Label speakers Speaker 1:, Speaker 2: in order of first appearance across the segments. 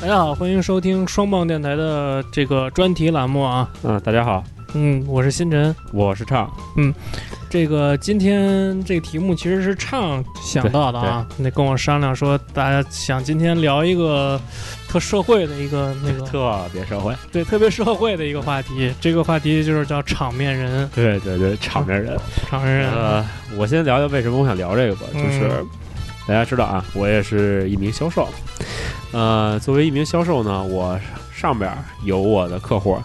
Speaker 1: 大家好，欢迎收听双棒电台的这个专题栏目啊。
Speaker 2: 嗯，大家好，
Speaker 1: 嗯，我是新晨。
Speaker 2: 我是畅。
Speaker 1: 这个今天这题目其实是畅想到的啊，那跟我商量说，大家想今天聊一个特社会的一个那 个
Speaker 2: 特别社会，
Speaker 1: 对特别社会的一个话题。这个话题就是叫场面人，
Speaker 2: 对对对，场面人。
Speaker 1: 场面人。
Speaker 2: 呃，我先聊聊为什么我想聊这个吧，
Speaker 1: 嗯
Speaker 2: 就是、大家知道啊，我也是一名销售。呃，作为一名销售呢，我上边儿有我的客户，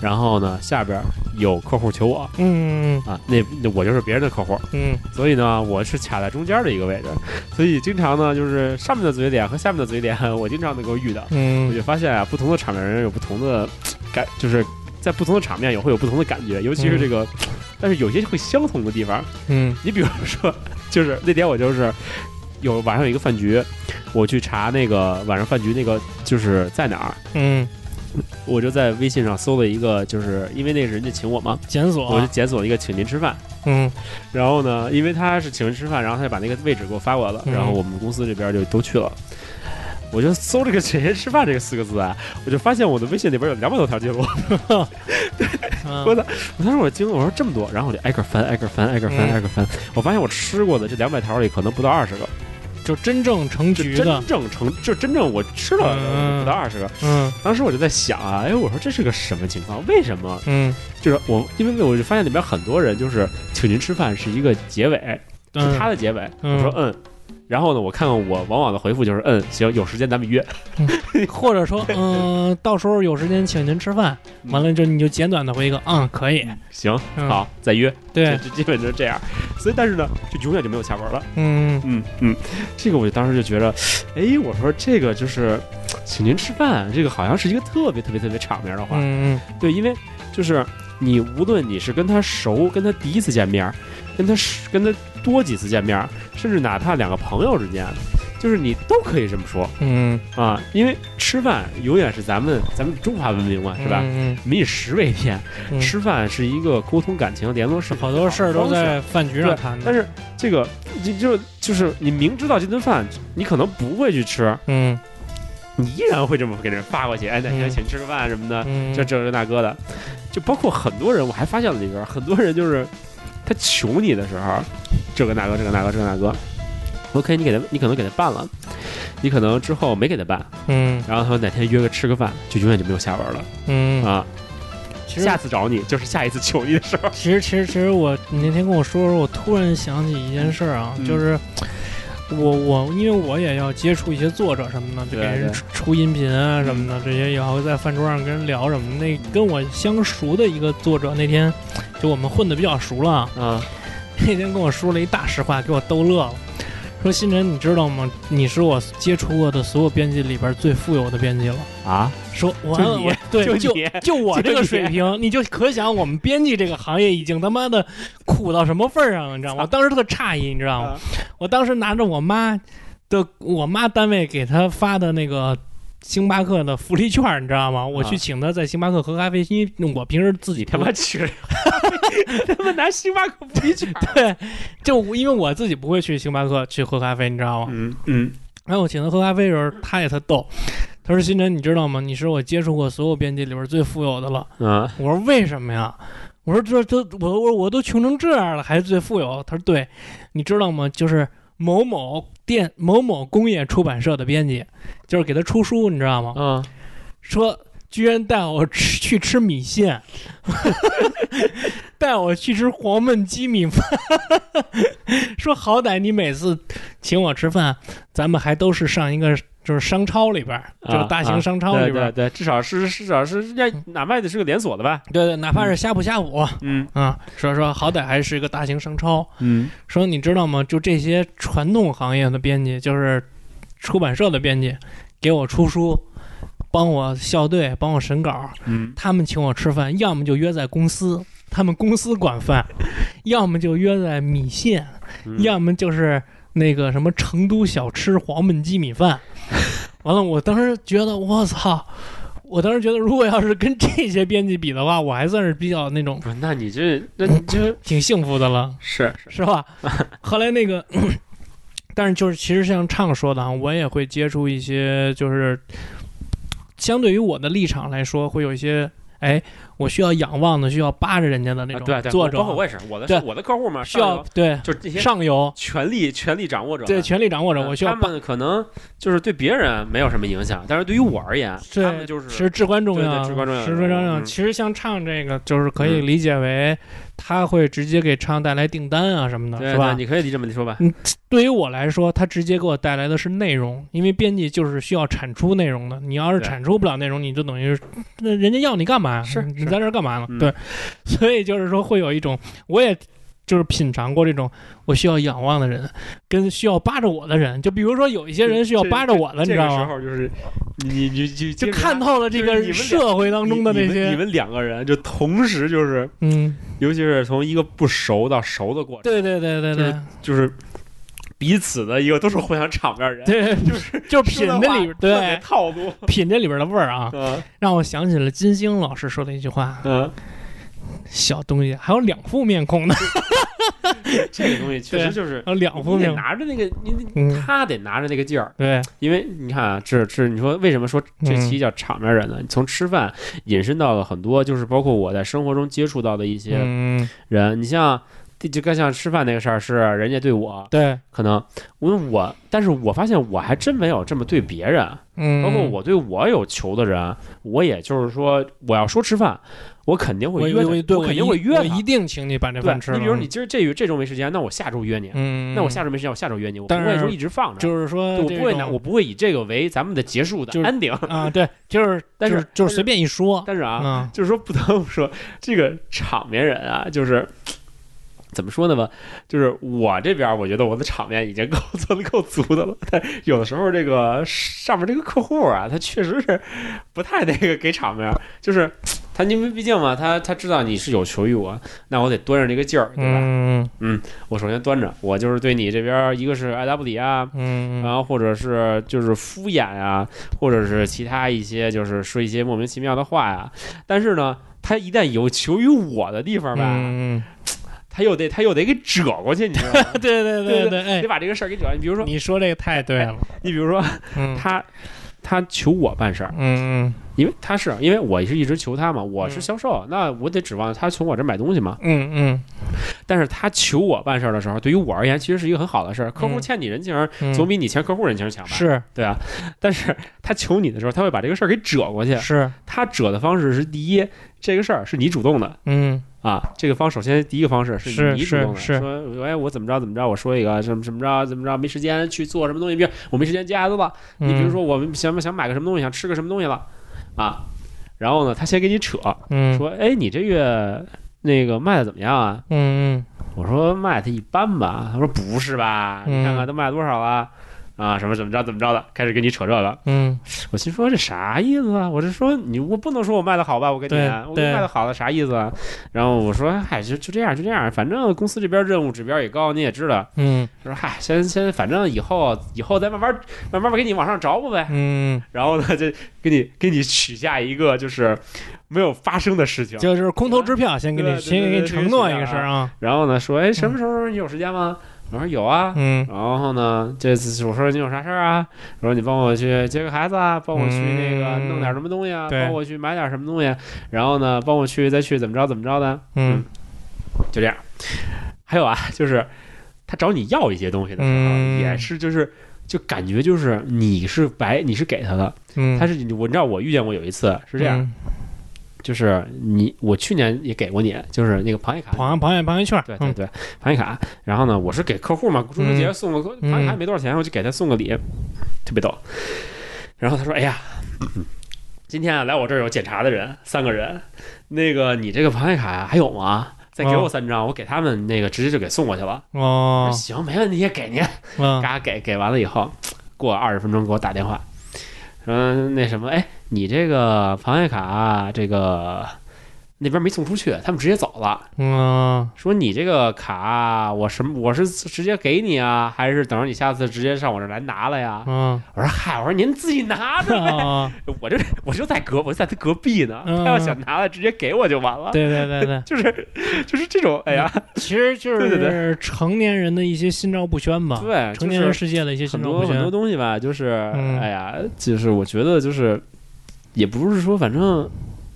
Speaker 2: 然后呢下边儿有客户求我
Speaker 1: 嗯
Speaker 2: 啊，那那我就是别人的客户，
Speaker 1: 嗯
Speaker 2: 所以呢，我是卡在中间的一个位置，所以经常呢就是上面的嘴脸和下面的嘴脸，我经常能够遇到。我
Speaker 1: 嗯
Speaker 2: 就发现啊，不同的场面人有不同的感，就是在不同的场面也会有不同的感觉，尤其是这个， 但是有些会相同的地方。
Speaker 1: 嗯
Speaker 2: 你比如说，就是那天我就是有晚上有一个饭局，我去查那个晚上饭局那个就是在哪儿，
Speaker 1: 嗯，
Speaker 2: 我就在微信上搜了一个，就是因为那是人家请我嘛，
Speaker 1: 检索
Speaker 2: 我就
Speaker 1: 啊。
Speaker 2: 检索了一个请您吃饭。
Speaker 1: 嗯
Speaker 2: 然后呢，因为他是请人吃饭，然后他就把那个位置给我发过来了，
Speaker 1: 嗯
Speaker 2: 然后我们公司这边就都去了。我就搜这个“请人吃饭”这个四个字啊，我就发现我的微信里边有两百多条记录。
Speaker 1: 嗯
Speaker 2: 我我当时我惊了，我说这么多，然后我就挨个翻，挨个翻，挨个翻，
Speaker 1: 嗯
Speaker 2: 挨个翻。我发现我吃过的这两百条里可能不到二十
Speaker 1: 嗯
Speaker 2: 个，
Speaker 1: 就真正成
Speaker 2: 就
Speaker 1: 局
Speaker 2: 真
Speaker 1: 的，
Speaker 2: 正成就真正我吃了
Speaker 1: 嗯
Speaker 2: 不到二十个。
Speaker 1: 嗯
Speaker 2: 当时我就在想啊，哎，我说这是个什么情况？为什么？
Speaker 1: 嗯
Speaker 2: 就是我，因为我就发现里边很多人就是请您吃饭是一个结尾，
Speaker 1: 嗯，
Speaker 2: 是他的结尾。
Speaker 1: 嗯
Speaker 2: 我说嗯，然后呢，我看看我往往的回复就是嗯，行，有时间咱们约。
Speaker 1: 或者说，嗯、到时候有时间请您吃饭。
Speaker 2: 嗯
Speaker 1: 完了就你就简短的回一个，嗯，可以，
Speaker 2: 行，
Speaker 1: 嗯、，
Speaker 2: 好，再约。
Speaker 1: 对，
Speaker 2: 就就基本就这样。所以，但是呢，就永远就没有下文了。
Speaker 1: 嗯
Speaker 2: 嗯嗯，这个我就当时就觉得，哎，我说这个就是请您吃饭，这个好像是一个特别特别特别场面的话。
Speaker 1: 嗯
Speaker 2: 对，因为就是你无论你是跟他熟，跟他第一次见面儿，跟他是跟他多几次见面儿，甚至哪怕两个朋友之间，就是你都可以这么说。
Speaker 1: 嗯，
Speaker 2: 啊，因为吃饭永远是咱们咱们中华文明嘛，是吧？
Speaker 1: 嗯
Speaker 2: 民以食为天，
Speaker 1: 嗯，
Speaker 2: 吃饭是一个沟通感情、联络事
Speaker 1: 好多事儿都。
Speaker 2: 方式
Speaker 1: 在饭局上
Speaker 2: 对
Speaker 1: 谈的，
Speaker 2: 但是这个，你就就是你明知道这顿饭你可能不会去吃，
Speaker 1: 嗯
Speaker 2: 你依然会这么给人发过去，哎，那
Speaker 1: 嗯
Speaker 2: 行，请吃个饭什么的，
Speaker 1: 嗯，
Speaker 2: 这这这那哥的，就包括很多人，我还发现了里边很多人就是他求你的时候，这个那个这个那个这个那个，OK，你给他，你可能给他办了，你可能之后没给他办，
Speaker 1: 嗯
Speaker 2: 然后他说哪天约个吃个饭，就永远就没有下文了、
Speaker 1: 嗯，
Speaker 2: 啊！
Speaker 1: 其实
Speaker 2: 下次找你就是下一次求你的时候。
Speaker 1: 其实其实其实我你那天跟我说的时候，我突然想起一件事儿啊，
Speaker 2: 嗯
Speaker 1: 就是。我我因为我也要接触一些作者什么的，就给
Speaker 2: 对
Speaker 1: 人
Speaker 2: 对嗯
Speaker 1: 出出音频啊什么的，这些也要在饭桌上跟人聊什么的。那跟我相熟的一个作者，那天就我们混的比较熟了啊，
Speaker 2: 啊，
Speaker 1: 那天跟我说了一大实话，给我逗乐了。说新晨，你知道吗？你是我接触过的所有编辑里边最富有的编辑了。
Speaker 2: 啊，
Speaker 1: 说我
Speaker 2: 就你
Speaker 1: 我对
Speaker 2: 就
Speaker 1: 就
Speaker 2: 你
Speaker 1: 就我这
Speaker 2: 就
Speaker 1: 个
Speaker 2: 你
Speaker 1: 水平，你就可想我们编辑这个行业已经他妈的苦到什么份儿上了，你知道吗？
Speaker 2: 操
Speaker 1: 我当时特诧异，你知道吗
Speaker 2: 啊？
Speaker 1: 我当时拿着我妈的我妈单位给她发的那个。星巴克的福利券儿，你知道吗？我去
Speaker 2: 啊
Speaker 1: 请她在星巴克喝咖啡，因为我平时自己
Speaker 2: 你他
Speaker 1: 不
Speaker 2: 妈去，他妈拿星巴克不一卷。
Speaker 1: 对，就我因为我自己不会去星巴克去喝咖啡，你知道吗？
Speaker 2: 嗯嗯，
Speaker 1: 然后我请他喝咖啡的时候，他也特逗。他说：“新晨，你知道吗？你是我接触过所有编辑里边最富有的了。
Speaker 2: 啊”
Speaker 1: 我说：“为什么呀？”我说：“这这，我我我都穷成这样了，还最富有。”他说：“对，你知道吗？就是某某店某某工业出版社的编辑，就是给他出书，你知道吗？
Speaker 2: 啊，
Speaker 1: 说居然带我吃去吃米线， 带我去吃黄焖鸡米饭， 说好歹你每次请我吃饭，咱们还都是上一个就是商超里边儿，就是大型商超里
Speaker 2: 对
Speaker 1: 边儿，
Speaker 2: 对对，至少是至少是人家哪卖的是个连锁的吧？
Speaker 1: 对对，哪怕是呷哺呷哺
Speaker 2: 嗯
Speaker 1: 啊，说说好歹还是一个大型商超，
Speaker 2: 嗯
Speaker 1: 说你知道吗？就这些传统行业的编辑，就是出版社的编辑，给我出书。帮我校对，帮我审稿，
Speaker 2: 嗯，
Speaker 1: 他们请我吃饭，要么就约在公司，他们公司管饭，要么就约在米线，
Speaker 2: 嗯
Speaker 1: 要么就是那个什么成都小吃黄焖鸡米饭。完了，我当时觉得我操，我当时觉得如果要是跟这些编辑比的话，我还算是比较那种
Speaker 2: 不是，那你这那你这
Speaker 1: 挺幸福的了。
Speaker 2: 是是
Speaker 1: 是 吧？后来那个， 但是就是其实像畅说的啊，我也会接触一些就是相对于我的立场来说，会有一些哎，我需要仰望的，需要扒着人家的那
Speaker 2: 啊
Speaker 1: 种
Speaker 2: 对对，
Speaker 1: 作者，
Speaker 2: 包括我也是，我的
Speaker 1: 对
Speaker 2: 是我的客户嘛，
Speaker 1: 需要对
Speaker 2: 就是这些
Speaker 1: 上游
Speaker 2: 权力权力掌握者们，
Speaker 1: 对权力掌握者，
Speaker 2: 嗯
Speaker 1: 我需要
Speaker 2: 他们可能就是对别人没有什么影响，但是对于我而言，
Speaker 1: 对
Speaker 2: 他们就
Speaker 1: 其
Speaker 2: 是
Speaker 1: 实至关重要，
Speaker 2: 对对至关重要
Speaker 1: 至关重要。
Speaker 2: 嗯
Speaker 1: 其实像唱这个，就是可以
Speaker 2: 嗯
Speaker 1: 理解为他会直接给唱带来订单啊什么的，
Speaker 2: 对
Speaker 1: 是
Speaker 2: 对，
Speaker 1: 吧？
Speaker 2: 你可以这么 说吧，
Speaker 1: 嗯对于我来说，它直接给我带来的是内容，因为编辑就是需要产出内容的。你要是
Speaker 2: 对
Speaker 1: 产出不了内容，你就等于是那人家要你干嘛？
Speaker 2: 是
Speaker 1: 你
Speaker 2: 是
Speaker 1: 在这儿干嘛呢？
Speaker 2: 嗯
Speaker 1: 对，所以就是说会有一种，我也就是品尝过这种我需要仰望的人，跟需要扒着我的人。就比如说有一些人需要扒着我的，你
Speaker 2: 这
Speaker 1: 知
Speaker 2: 个
Speaker 1: 道
Speaker 2: 时
Speaker 1: 吗？
Speaker 2: 候就是你你你你
Speaker 1: 就看透了这
Speaker 2: 就是你
Speaker 1: 个
Speaker 2: 们俩
Speaker 1: 社会当中的
Speaker 2: 你
Speaker 1: 那
Speaker 2: 你们你
Speaker 1: 些，
Speaker 2: 们两个人就同时就是，
Speaker 1: 嗯，
Speaker 2: 尤其是从一个不熟到熟的过程，
Speaker 1: 对对对对
Speaker 2: 就
Speaker 1: 对
Speaker 2: 是就是彼此的一个都是互相场面人，
Speaker 1: 对，
Speaker 2: 就是
Speaker 1: 就品
Speaker 2: 说的
Speaker 1: 这
Speaker 2: 话
Speaker 1: 里边，
Speaker 2: 特别
Speaker 1: 对，
Speaker 2: 套路，
Speaker 1: 品这里边的味儿啊，
Speaker 2: 嗯
Speaker 1: 让我想起了金星老师说的一句话。
Speaker 2: 嗯，
Speaker 1: 小东西，还有两副面孔呢，
Speaker 2: 这个东西确实就是
Speaker 1: 还有两副
Speaker 2: 你
Speaker 1: 面
Speaker 2: 得
Speaker 1: 孔，
Speaker 2: 拿着那个你你
Speaker 1: 嗯，
Speaker 2: 他得拿着那个劲儿，
Speaker 1: 对，
Speaker 2: 因为你看啊，这这你说为什么说这
Speaker 1: 嗯
Speaker 2: 期叫场面人呢？从吃饭引申到了很多，就是包括我在生活中接触到的一些
Speaker 1: 嗯，
Speaker 2: 人，你像。就该像吃饭那个事儿，是人家对我
Speaker 1: 对，
Speaker 2: 可能我我，但是我发现我还真没有这么对别人，
Speaker 1: 嗯，
Speaker 2: 包括我对我有求的人，我也就是说我要说吃饭，我肯定
Speaker 1: 我，
Speaker 2: 会约
Speaker 1: 我
Speaker 2: 他，
Speaker 1: 对
Speaker 2: 我肯定会约
Speaker 1: 我
Speaker 2: 他
Speaker 1: 一。定请你把这饭吃
Speaker 2: 对，
Speaker 1: 了。
Speaker 2: 你比如你今儿这这周没时间，那我下周约你，啊
Speaker 1: 嗯，嗯，
Speaker 2: 那我下周没时间，我下周约你，我不
Speaker 1: 但
Speaker 2: 会
Speaker 1: 是
Speaker 2: 说一直放着。
Speaker 1: 就是说
Speaker 2: 对我
Speaker 1: 嗯这
Speaker 2: 不会拿，
Speaker 1: 种
Speaker 2: 我不会以这个为咱们的结束的
Speaker 1: 就是
Speaker 2: ending。
Speaker 1: 啊，对，就是，
Speaker 2: 但是
Speaker 1: 就就是随便一说，
Speaker 2: 但是啊，
Speaker 1: 啊，
Speaker 2: 就是说不得不说，这个场面人啊，就是怎么说呢吧，就是我这边我觉得我的场面已经够做的够足的了，但有的时候这个上面这个客户啊，他确实是不太那个给场面，就是他因为毕竟嘛，他他知道你是有求于我，那我得端着这个劲儿，对吧？
Speaker 1: 嗯
Speaker 2: 我首先端着，我就是对你这边一个是爱答不理啊，
Speaker 1: 嗯，
Speaker 2: 然后或者是就是敷衍啊，或者是其他一些就是说一些莫名其妙的话呀、但是呢，他一旦有求于我的地方吧，
Speaker 1: 嗯，
Speaker 2: 他又得他又得给折过去，你知道吗？
Speaker 1: 对对
Speaker 2: 对
Speaker 1: 对，哎
Speaker 2: 得，把这个事儿给折过去。你比如说，
Speaker 1: 你说这个太对 了，
Speaker 2: 你比如说
Speaker 1: 嗯，
Speaker 2: 他他求我办事儿，
Speaker 1: 嗯
Speaker 2: 因为他是因为我是一直求他嘛，我
Speaker 1: 嗯
Speaker 2: 是销售，那我得指望他从我这儿买东西嘛。
Speaker 1: 嗯嗯嗯
Speaker 2: 但是他求我办事儿的时候，对于我而言其实是一个很好的事儿。客户
Speaker 1: 嗯
Speaker 2: 欠你人情儿，
Speaker 1: 嗯，
Speaker 2: 总比你欠客户人情儿强吧？
Speaker 1: 是
Speaker 2: 对啊。但是他求你的时候，他会把这个事儿给折过去。
Speaker 1: 是，
Speaker 2: 他折的方式是：第一，这个事儿是你主动的
Speaker 1: 嗯
Speaker 2: 啊，这个方首先第一个方式
Speaker 1: 是
Speaker 2: 你主动的，
Speaker 1: 是是
Speaker 2: 说哎我怎么着怎么着，我说一个什么什么着怎么着没时间去做什么东西，比如我没时间接孩子了，
Speaker 1: 嗯，
Speaker 2: 你比如说我们想想买个什么东西，想吃个什么东西了啊，然后呢，他先给你扯
Speaker 1: 嗯，
Speaker 2: 说，哎，你这月那个卖的怎么样啊？
Speaker 1: 嗯嗯
Speaker 2: 我说卖的一般吧，他说不是吧，你
Speaker 1: 嗯
Speaker 2: 看看都卖了多少了。啊，什么怎么着怎么着的，开始跟你扯这个，
Speaker 1: 嗯。
Speaker 2: 我心说这啥意思啊？我是说你，我不能说我卖的好吧？我跟你
Speaker 1: 对
Speaker 2: 啊，我
Speaker 1: 对
Speaker 2: 卖的好了啥意思啊？然后我说，嗨，就就这样，就这样，反正公司这边任务指标也高，你也知道。
Speaker 1: 嗯
Speaker 2: 我说，嗨，先先，反正以后以后再慢慢慢慢给你往上找补呗。
Speaker 1: 嗯，
Speaker 2: 然后呢，就给你给你许下一个就是没有发生的事情。
Speaker 1: 就是空头支票，先给你
Speaker 2: 对对
Speaker 1: 先给你
Speaker 2: 对对
Speaker 1: 承诺一个事儿啊，
Speaker 2: 然后呢，说，哎，什么时候你有时间吗？我说有啊。
Speaker 1: 嗯
Speaker 2: 然后呢，这次我说你有啥事儿啊？我说你帮我去接个孩子啊，帮我去那个
Speaker 1: 嗯
Speaker 2: 弄点什么东西啊，
Speaker 1: 对
Speaker 2: 帮我去买点什么东西，然后呢，帮我去再去怎么着怎么着的，
Speaker 1: 嗯
Speaker 2: 就这样。还有啊，就是他找你要一些东西的时候，啊
Speaker 1: 嗯
Speaker 2: 也是就是。就感觉就是你是白，你是给他的，
Speaker 1: 嗯，
Speaker 2: 他是我你知道我遇见过有一次是
Speaker 1: 是
Speaker 2: 这样，，就是你我去年也给过你，就是那个螃蟹卡，
Speaker 1: 螃螃蟹螃蟹券儿，
Speaker 2: 嗯对对对，螃蟹卡。然后呢，我是给客户嘛，中秋节送个
Speaker 1: 嗯嗯
Speaker 2: 螃蟹卡没多少钱，我就给他送个礼，特别逗。然后他说：“哎呀，今天啊来我这儿有检查的人，三个人，那个你这个螃蟹卡呀还有吗？再给我
Speaker 1: 哦
Speaker 2: 三张，我给他们那个直接就给送过去了。
Speaker 1: 嗯，
Speaker 2: 我
Speaker 1: 哦
Speaker 2: 说，行，没问题，给您。
Speaker 1: 嗯
Speaker 2: 嘎给给完了以后，过二十分钟给我打电话，嗯，那什么，哎，你这个螃蟹卡啊这个那边没送出去，他们直接走了。
Speaker 1: 嗯
Speaker 2: 说你这个卡，啊我什么我是直接给你啊，还是等着你下次直接上我这儿来拿了呀？
Speaker 1: 嗯
Speaker 2: 我说嗨，我说您自己拿着 呗，
Speaker 1: 啊，
Speaker 2: 我这我就在隔我就在他隔壁呢，
Speaker 1: 嗯
Speaker 2: 他要想拿了直接给我就完了。，
Speaker 1: 对对对对
Speaker 2: 就是就是这种，哎呀，
Speaker 1: 其实就
Speaker 2: 对对
Speaker 1: 是成年人的一些心照不宣吧，
Speaker 2: 对，
Speaker 1: 嗯啊成
Speaker 2: 就
Speaker 1: 年人
Speaker 2: 是
Speaker 1: 世界的一些心
Speaker 2: 很
Speaker 1: 照
Speaker 2: 多
Speaker 1: 不
Speaker 2: 很多
Speaker 1: 宣，
Speaker 2: 东西吧，就是
Speaker 1: 嗯
Speaker 2: 哎呀，就是我觉得就是也不是说反正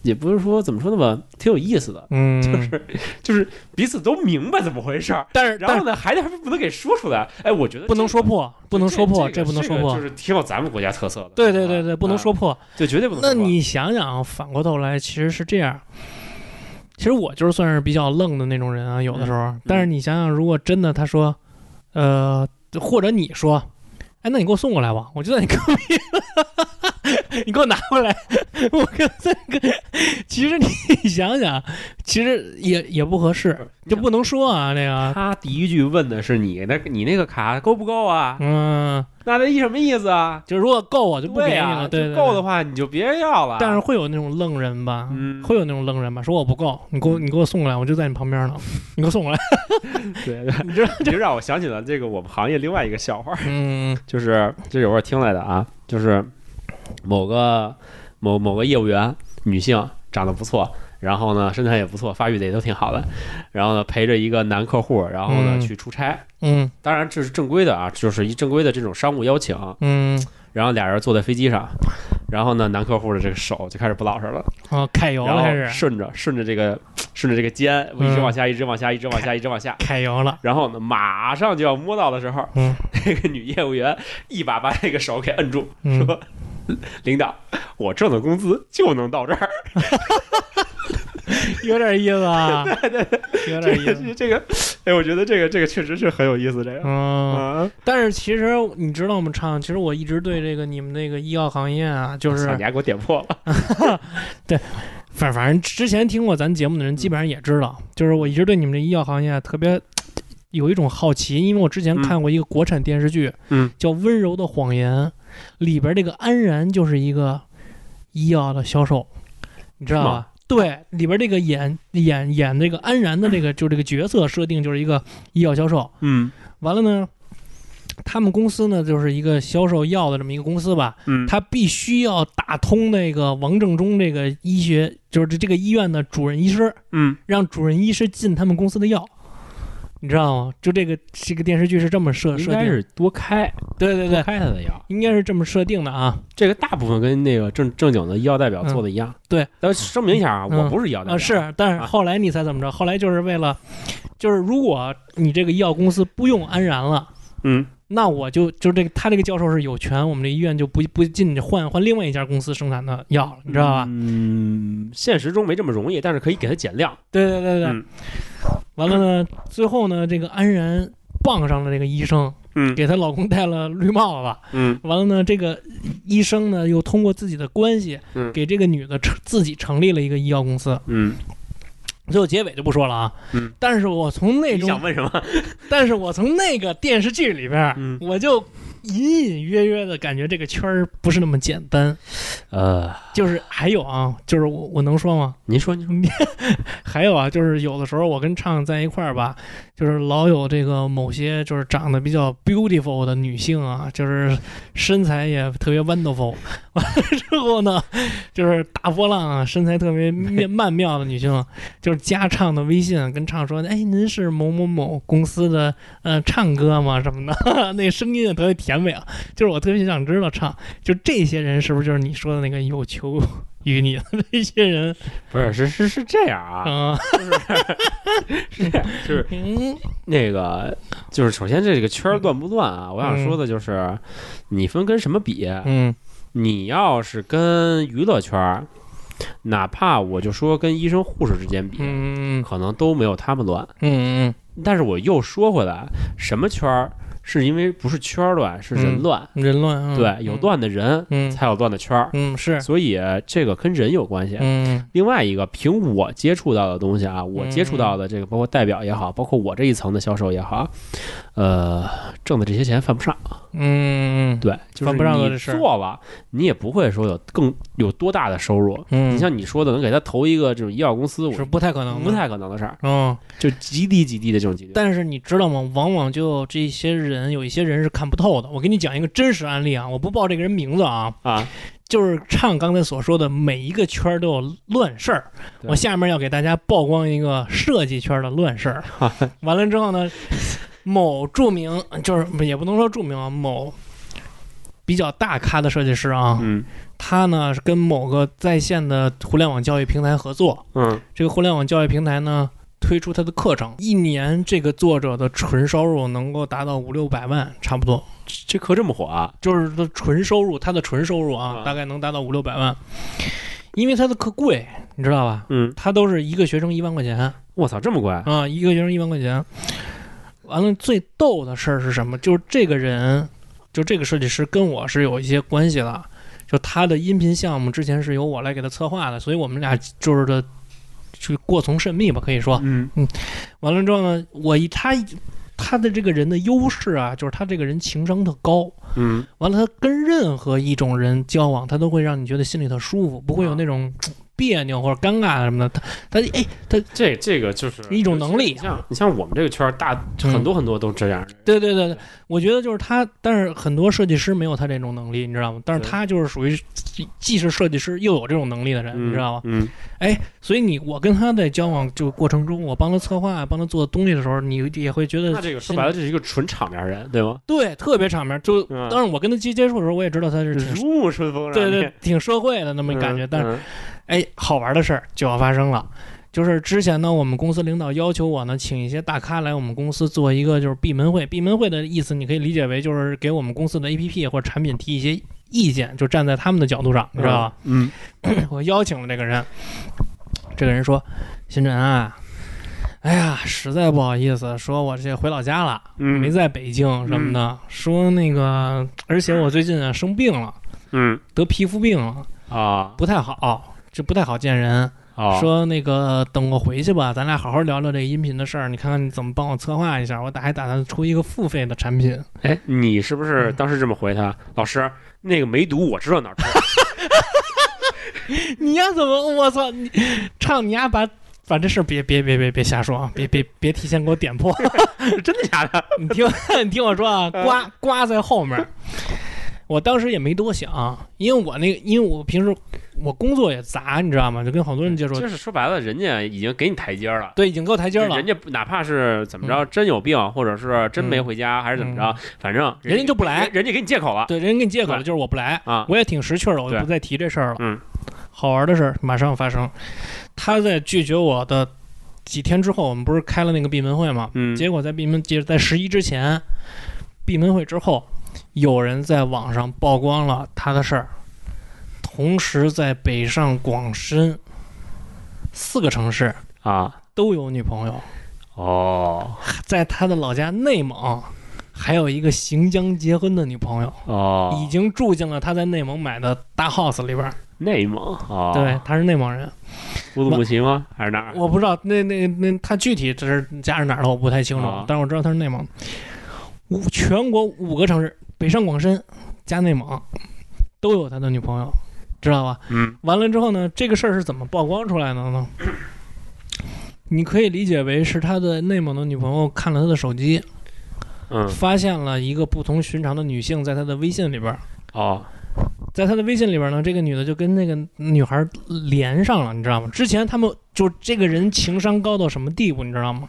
Speaker 2: 也不是说怎么说呢吧，挺有意思的，
Speaker 1: 嗯，
Speaker 2: 就是就是彼此都明白怎么回事儿。
Speaker 1: 但是
Speaker 2: 然
Speaker 1: 但
Speaker 2: 后
Speaker 1: 是
Speaker 2: 呢，还得还不能给说出来。哎，我觉得
Speaker 1: 不能
Speaker 2: 这个
Speaker 1: 说破，不能说破，
Speaker 2: 这
Speaker 1: 不能说
Speaker 2: 这个
Speaker 1: 破
Speaker 2: 就。是挺有咱们国家特色的。
Speaker 1: 对对对
Speaker 2: 啊
Speaker 1: 对，不能说，破。
Speaker 2: 啊对，绝对不能
Speaker 1: 那
Speaker 2: 说破。
Speaker 1: 你想想，啊反过头来其实是这样。其实我就是算是比较愣的那种人啊，有
Speaker 2: 嗯
Speaker 1: 的时候。但是你想想，如果真的他说，呃，或者你说，哎，那你给我送过来吧，我就在你隔壁， 你给我拿过来，我跟这个，其实你 想想，其实也也不合适，就不能说啊，这个，
Speaker 2: 他第一句问的是你那你那个卡够不够啊？
Speaker 1: 嗯，
Speaker 2: 那那意什么意思啊？
Speaker 1: 就如果够 我就不给你
Speaker 2: 对
Speaker 1: 了，
Speaker 2: 啊，
Speaker 1: 对
Speaker 2: 就
Speaker 1: 对
Speaker 2: 够
Speaker 1: 对
Speaker 2: 的话你就别要了。
Speaker 1: 但是会有那种愣人吧，
Speaker 2: 嗯
Speaker 1: 会有那种愣人吧，说我不够，你给我你给我送过来，我就在你旁边 呢，你给我送过来。
Speaker 2: 对，对你知道， 就让我想起了这个我们行业另外一个笑话，
Speaker 1: 嗯
Speaker 2: 就是这是我听来的啊，就是某个某某个业务员，女性长得不错，然后呢身材也不错，发育的也都挺好的，然后呢陪着一个男客户，然后呢
Speaker 1: 嗯
Speaker 2: 去出差，
Speaker 1: 嗯
Speaker 2: 当然这是正规的啊，就是一正规的这种商务邀请，
Speaker 1: 嗯，
Speaker 2: 然后俩人坐在飞机上，然后呢男客户的这个手就开始不老实了。
Speaker 1: 啊，揩油
Speaker 2: 然
Speaker 1: 了
Speaker 2: 后
Speaker 1: 开始，
Speaker 2: 顺着顺着这个顺着这个肩，一直
Speaker 1: 嗯
Speaker 2: 往下，一直往下，一直往下，一直往下。
Speaker 1: 揩油了，
Speaker 2: 然后呢，马上就要摸到的时候，
Speaker 1: 嗯
Speaker 2: 那个女业务员一把把那个手给摁住，
Speaker 1: 嗯，
Speaker 2: 说：“领导，我挣的工资就能到这儿。
Speaker 1: 有点意思 啊，有”点
Speaker 2: 这
Speaker 1: 意
Speaker 2: 个
Speaker 1: 思。
Speaker 2: 这这个，哎，我觉得这个这个确实是很有意思，这个。
Speaker 1: 嗯，
Speaker 2: 啊，
Speaker 1: 但是其实你知道吗，畅？其实我一直对这个你们那个医药行业啊，就
Speaker 2: 操
Speaker 1: 是
Speaker 2: 你还给我点破了，
Speaker 1: 反反正之前听过咱节目的人，基本上也知
Speaker 2: 嗯
Speaker 1: 道，就是我一直对你们这医药行业啊特别有一种好奇，因为我之前看过一个国产电视剧，
Speaker 2: 嗯，
Speaker 1: 叫《温柔的谎言》，里边这个安然就是一个医药的销售，你知道
Speaker 2: 是
Speaker 1: 吧？对，里边这个演演演这个安然的这个就这个角色设定就是一个医药销售。
Speaker 2: 嗯
Speaker 1: 完了呢，他们公司呢就是一个销售药的这么一个公司吧，
Speaker 2: 嗯，
Speaker 1: 他必须要打通那个王正中这个医学，就是这这个医院的主任医师，
Speaker 2: 嗯
Speaker 1: 让主任医师进他们公司的药，你知道吗？就这个这个电视剧是这么设
Speaker 2: 嗯应
Speaker 1: 设
Speaker 2: 该
Speaker 1: 定，
Speaker 2: 是多开
Speaker 1: 对对
Speaker 2: 多
Speaker 1: 对，
Speaker 2: 开他的药，
Speaker 1: 应该是这么设定的啊
Speaker 2: 这个大部分跟那个正正经的医药代表
Speaker 1: 嗯
Speaker 2: 做的一样。
Speaker 1: 对，
Speaker 2: 但声明一下啊，
Speaker 1: 嗯
Speaker 2: 我不是医药代表，
Speaker 1: 啊是，但是
Speaker 2: 啊
Speaker 1: 后来你猜怎么着？后来就是为了，就是如果你这个医药公司不用安然了。
Speaker 2: 嗯
Speaker 1: 那我就就这个，他这个教授是有权，我们这医院就不不进去换换另外一家公司生产的药了，你知道吧？
Speaker 2: 嗯，现实中没这么容易，但是可以给它减量。
Speaker 1: 对对对对，
Speaker 2: 嗯
Speaker 1: 完了呢，最后呢，这个安然傍上了这个医生，
Speaker 2: 嗯
Speaker 1: 给她老公戴了绿帽子。
Speaker 2: 嗯
Speaker 1: 完了呢，这个医生呢又通过自己的关系，
Speaker 2: 嗯
Speaker 1: 给这个女的成自己成立了一个医药公司。
Speaker 2: 嗯，
Speaker 1: 最后结尾就不说了啊。
Speaker 2: 嗯。
Speaker 1: 但是我从那
Speaker 2: 你
Speaker 1: 种
Speaker 2: 想，问什么？
Speaker 1: 但是我从那个电视剧里边，
Speaker 2: 嗯
Speaker 1: 我就隐隐约约的感觉这个圈儿不是那么简单。
Speaker 2: 呃，
Speaker 1: 就是还有啊，就是我我能说吗？
Speaker 2: 您说您说，
Speaker 1: 还有啊，就是有的时候我跟畅在一块儿吧，就是老有这个某些就是长得比较 beautiful 的女性啊，就是身材也特别 wonderful，完 了之后呢，就是大波浪啊，身材特别面 曼妙的女性，啊就是加畅的微信跟畅说，哎，您是某某某公司的呃畅哥吗？什么的， 那声音也特别甜美啊，就是我特别想知道畅，就这些人是不是就是你说的那个有求于你的 那些人
Speaker 2: 不是是是是这样
Speaker 1: 啊？
Speaker 2: 啊，是这样， 就是
Speaker 1: 嗯
Speaker 2: 那个，就是首先这个圈儿乱不乱啊？我想说的就是，你分跟什么比？
Speaker 1: 嗯
Speaker 2: 你要是跟娱乐圈儿，哪怕我就说跟医生护士之间比，
Speaker 1: 嗯
Speaker 2: 可能都没有他们乱。
Speaker 1: 嗯
Speaker 2: 但是我又说回来，什么圈儿是因为不是圈儿乱，是人乱。
Speaker 1: 嗯，人乱啊，
Speaker 2: 对，有乱的人
Speaker 1: 嗯，
Speaker 2: 才有乱的圈儿，
Speaker 1: 嗯嗯是，
Speaker 2: 所以这个跟人有关系。啊
Speaker 1: 嗯
Speaker 2: 另外一个，凭我接触到的东西啊，我接触到的这个，包括代表也好，包括我这一层的销售也好，呃，挣的这些钱犯不上。
Speaker 1: 嗯
Speaker 2: 对，就是
Speaker 1: 犯不上的
Speaker 2: 你
Speaker 1: 这事儿
Speaker 2: 做了，你也不会说有更有多大的收入。
Speaker 1: 嗯，
Speaker 2: 你像你说的，能给他投一个这种医药公司，我
Speaker 1: 是不太可能，
Speaker 2: 不。太可能的事儿，
Speaker 1: 嗯，
Speaker 2: 就极低极低的这种几率。
Speaker 1: 但是你知道吗？往往就这些人，有一些人是看不透的。我给你讲一个真实案例啊，我不报这个人名字啊，
Speaker 2: 啊，
Speaker 1: 就是唱刚才所说的，每一个圈儿都有乱事儿。
Speaker 2: 对
Speaker 1: 我下面要给大家曝光一个设计圈的乱事 儿。完了之后呢，某著名就是也不能说著名啊，某比较大咖的设计师啊，
Speaker 2: 嗯
Speaker 1: 他呢是跟某个在线的互联网教育平台合作，
Speaker 2: 嗯
Speaker 1: 这个互联网教育平台呢推出他的课程，一年这个作者的纯收入能够达到五六百万，差不多，
Speaker 2: 这这课这么火啊？
Speaker 1: 就是他纯收入，他的纯收入
Speaker 2: 啊
Speaker 1: 啊，大概能达到五六百万，因为他的课贵，你知道吧？
Speaker 2: 嗯，
Speaker 1: 他都是一个学生一万块钱
Speaker 2: 我操，这么贵？
Speaker 1: 啊，一个学生一万块钱。完了，最逗的事儿是什么？就是这个人，就这个设计师跟我是有一些关系的。就他的音频项目之前是由我来给他策划的，所以我们俩就是的，就过从甚密吧，可以说。
Speaker 2: 嗯
Speaker 1: 完了之后呢，我一他他的这个人的优势啊，就是他这个人情商特高。
Speaker 2: 嗯
Speaker 1: 完了，他跟任何一种人交往，他都会让你觉得心里头舒服，不会
Speaker 2: 啊
Speaker 1: 有那种嘖别扭或者尴尬什么的。他他哎，
Speaker 2: 这这个就是
Speaker 1: 一种能力
Speaker 2: 你像你像我们这个圈儿大
Speaker 1: 嗯
Speaker 2: 很多很多都这样，
Speaker 1: 对对对，对，我觉得就是他，但是很多设计师没有他这种能力，你知道吗？但是
Speaker 2: 对
Speaker 1: 他就是属于既既是设计师又有这种能力的人，
Speaker 2: 嗯
Speaker 1: 你知道吗？
Speaker 2: 嗯
Speaker 1: 所以你我跟他在交往就过程中，我帮他策划、帮他做东西的时候，你也会觉得
Speaker 2: 那这个说白了，这是一个纯场面人，对吗？
Speaker 1: 对特别场面。就
Speaker 2: 嗯
Speaker 1: 当然我跟他接接触的时候，我也知道他是挺
Speaker 2: 如沐春风，
Speaker 1: 对
Speaker 2: 让
Speaker 1: 对
Speaker 2: 你，
Speaker 1: 挺社会的那么一感觉，
Speaker 2: 嗯
Speaker 1: 但是
Speaker 2: 嗯
Speaker 1: 哎，好玩的事儿就要发生了。就是之前呢，我们公司领导要求我呢，请一些大咖来我们公司做一个就是闭门会。闭门会的意思，你可以理解为就是给我们公司的 APP 或者产品提一些意见，就站在他们的角度上，你知道吧？？
Speaker 2: 嗯，
Speaker 1: 我邀请了这个人，这个人说：“新晨啊，哎呀，实在不好意思，说我这回老家了，
Speaker 2: 嗯
Speaker 1: 没在北京什么的。说那个，而且我最近啊生病了，
Speaker 2: 嗯
Speaker 1: 得皮肤病了，
Speaker 2: 啊
Speaker 1: 不太好，这不太好见人。”
Speaker 2: 啊，
Speaker 1: 说那个等我回去吧，咱俩好好聊聊这个音频的事儿，你看看你怎么帮我策划一下。我打还打算出一个付费的产品，
Speaker 2: 哎，你是不
Speaker 1: 嗯
Speaker 2: 是当时这么回他？老师，那个梅毒我知道哪儿出，
Speaker 1: 你呀怎么我操你，唱你呀把把这事儿别别别别别瞎说啊，别别别提前给我点破，
Speaker 2: 真的假的？
Speaker 1: 你听你听我说啊，瓜瓜在后面儿。我当时也没多想，因为我那个，因为我平时我工作也杂，你知道吗？就跟好多人接触，
Speaker 2: 就是说白了，人家已经给你台阶儿了。
Speaker 1: 对，已经够台阶儿了，
Speaker 2: 人家哪怕是怎么着，真有病，或者是真没回家，还是怎么着，反正
Speaker 1: 人家就不来
Speaker 2: 嗯人人家给你借口了。
Speaker 1: 对，人家给你借口了，
Speaker 2: 对
Speaker 1: 就是我不来
Speaker 2: 啊
Speaker 1: 我也挺识趣儿的，我就
Speaker 2: 对
Speaker 1: 不再提这事儿了。
Speaker 2: 嗯，
Speaker 1: 好玩的事儿马上发生。他在拒绝我的几天之后，我们不是开了那个闭门会吗？
Speaker 2: 嗯，
Speaker 1: 结果在闭门，接着在十一之前，闭门会之后，有人在网上曝光了他的事儿，同时在北上广深四个城市
Speaker 2: 啊，
Speaker 1: 都有女朋友，
Speaker 2: 哦
Speaker 1: 在他的老家内蒙。还有一个行将结婚的女朋友，已
Speaker 2: 哦，
Speaker 1: 经住进了他在内蒙买的大 house 里边儿。
Speaker 2: 内蒙哦，
Speaker 1: 对，，他是内蒙人，
Speaker 2: 乌鲁木齐吗？还是哪儿？
Speaker 1: 我不知道那那那他具体这是家是哪儿的，我不太清楚
Speaker 2: 啊，
Speaker 1: 但是我知道他是内蒙。五全国五个城市，北上广深加内蒙，都有他的女朋友，知道吧？
Speaker 2: 嗯
Speaker 1: 完了之后呢，这个事儿是怎么曝光出来的呢？你可以理解为是他的内蒙的女朋友看了他的手机，
Speaker 2: 嗯
Speaker 1: 发现了一个不同寻常的女性在他的微信里边儿，
Speaker 2: 哦
Speaker 1: 在他的微信里边呢，这个女的就跟那个女孩连上了，你知道吗？之前他们就这个人情商高到什么地步，你知道吗？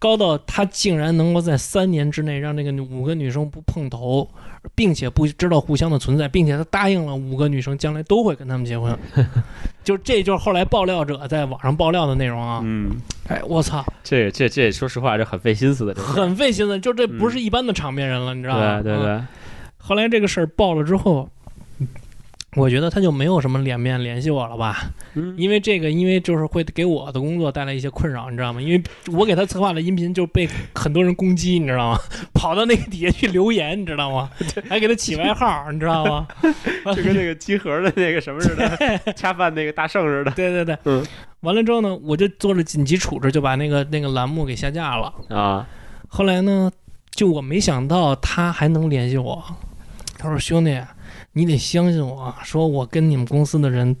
Speaker 1: 高到他竟然能够在三年之内让这个女五个女生不碰头，并且不知道互相的存在，并且他答应了五个女生将来都会跟他们结婚， 就这就是后来爆料者在网上爆料的内容啊！
Speaker 2: 嗯，
Speaker 1: 哎，我操，
Speaker 2: 这这这，说实话，这很费心思的，这个
Speaker 1: 很费心的，就这不是一般的场面人了，你知道吗？
Speaker 2: 对对
Speaker 1: 嗯
Speaker 2: 对，
Speaker 1: 后来这个事儿爆了之后，我觉得他就没有什么脸面联系我了吧？
Speaker 2: 嗯
Speaker 1: 因为这个，因为就是会给我的工作带来一些困扰，你知道吗？因为我给他策划的音频就被很多人攻击，你知道吗？ 跑到那个底下去留言，你知道吗？还给他起外号，你知道 吗？
Speaker 2: 就跟那个集合的那个什么似 的，恰饭那个大圣似的
Speaker 1: 对对对，
Speaker 2: 嗯。
Speaker 1: 完了之后呢，我就做了紧急处置，就把那个那个栏目给下架了。
Speaker 2: 啊。
Speaker 1: 后来呢，就我没想到他还能联系我，他说：“兄弟，你得相信我，说我跟你们公司的人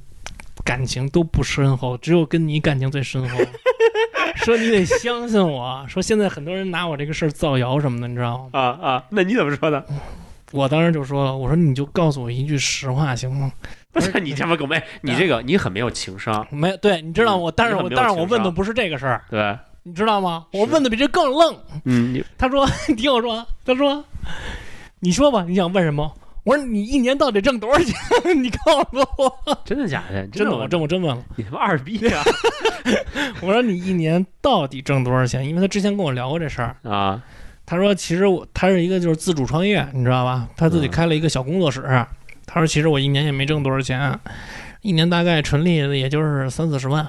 Speaker 1: 感情都不深厚，只有跟你感情最 深厚。说你得相信我，说现在很多人拿我这个事儿造谣什么的，你知道吗？
Speaker 2: 啊啊，那你怎么说的？
Speaker 1: 我当时就说了，我说你就告诉我一句实话行吗？
Speaker 2: 不是啊你他妈狗妹，你这个你很没有情商，
Speaker 1: 没对，你知道
Speaker 2: 嗯
Speaker 1: 我，但是
Speaker 2: 你
Speaker 1: 我
Speaker 2: 很没有
Speaker 1: 但是我
Speaker 2: 情
Speaker 1: 问的
Speaker 2: 商
Speaker 1: 不是这个事儿，
Speaker 2: 对吧？
Speaker 1: 你知道吗？我
Speaker 2: 是
Speaker 1: 问的比这更愣。
Speaker 2: 嗯，你
Speaker 1: 他说：“你听我说，他说，你说吧，你想问什么？”我说你一年到底挣多少钱？你 告诉我，
Speaker 2: 真的假的？
Speaker 1: 真的，
Speaker 2: 的
Speaker 1: 我
Speaker 2: 吗
Speaker 1: 真我真问了，
Speaker 2: 你他妈二逼 啊！
Speaker 1: 我说你一年到底挣多少钱？因为他之前跟我聊过这事儿，
Speaker 2: 啊，
Speaker 1: 他说其实我他是一个就是自主创业，你知道吧？他自己
Speaker 2: 嗯
Speaker 1: 开了一个小工作室，他说其实我一年也没挣多少钱，一年大概纯利也就是三四十万。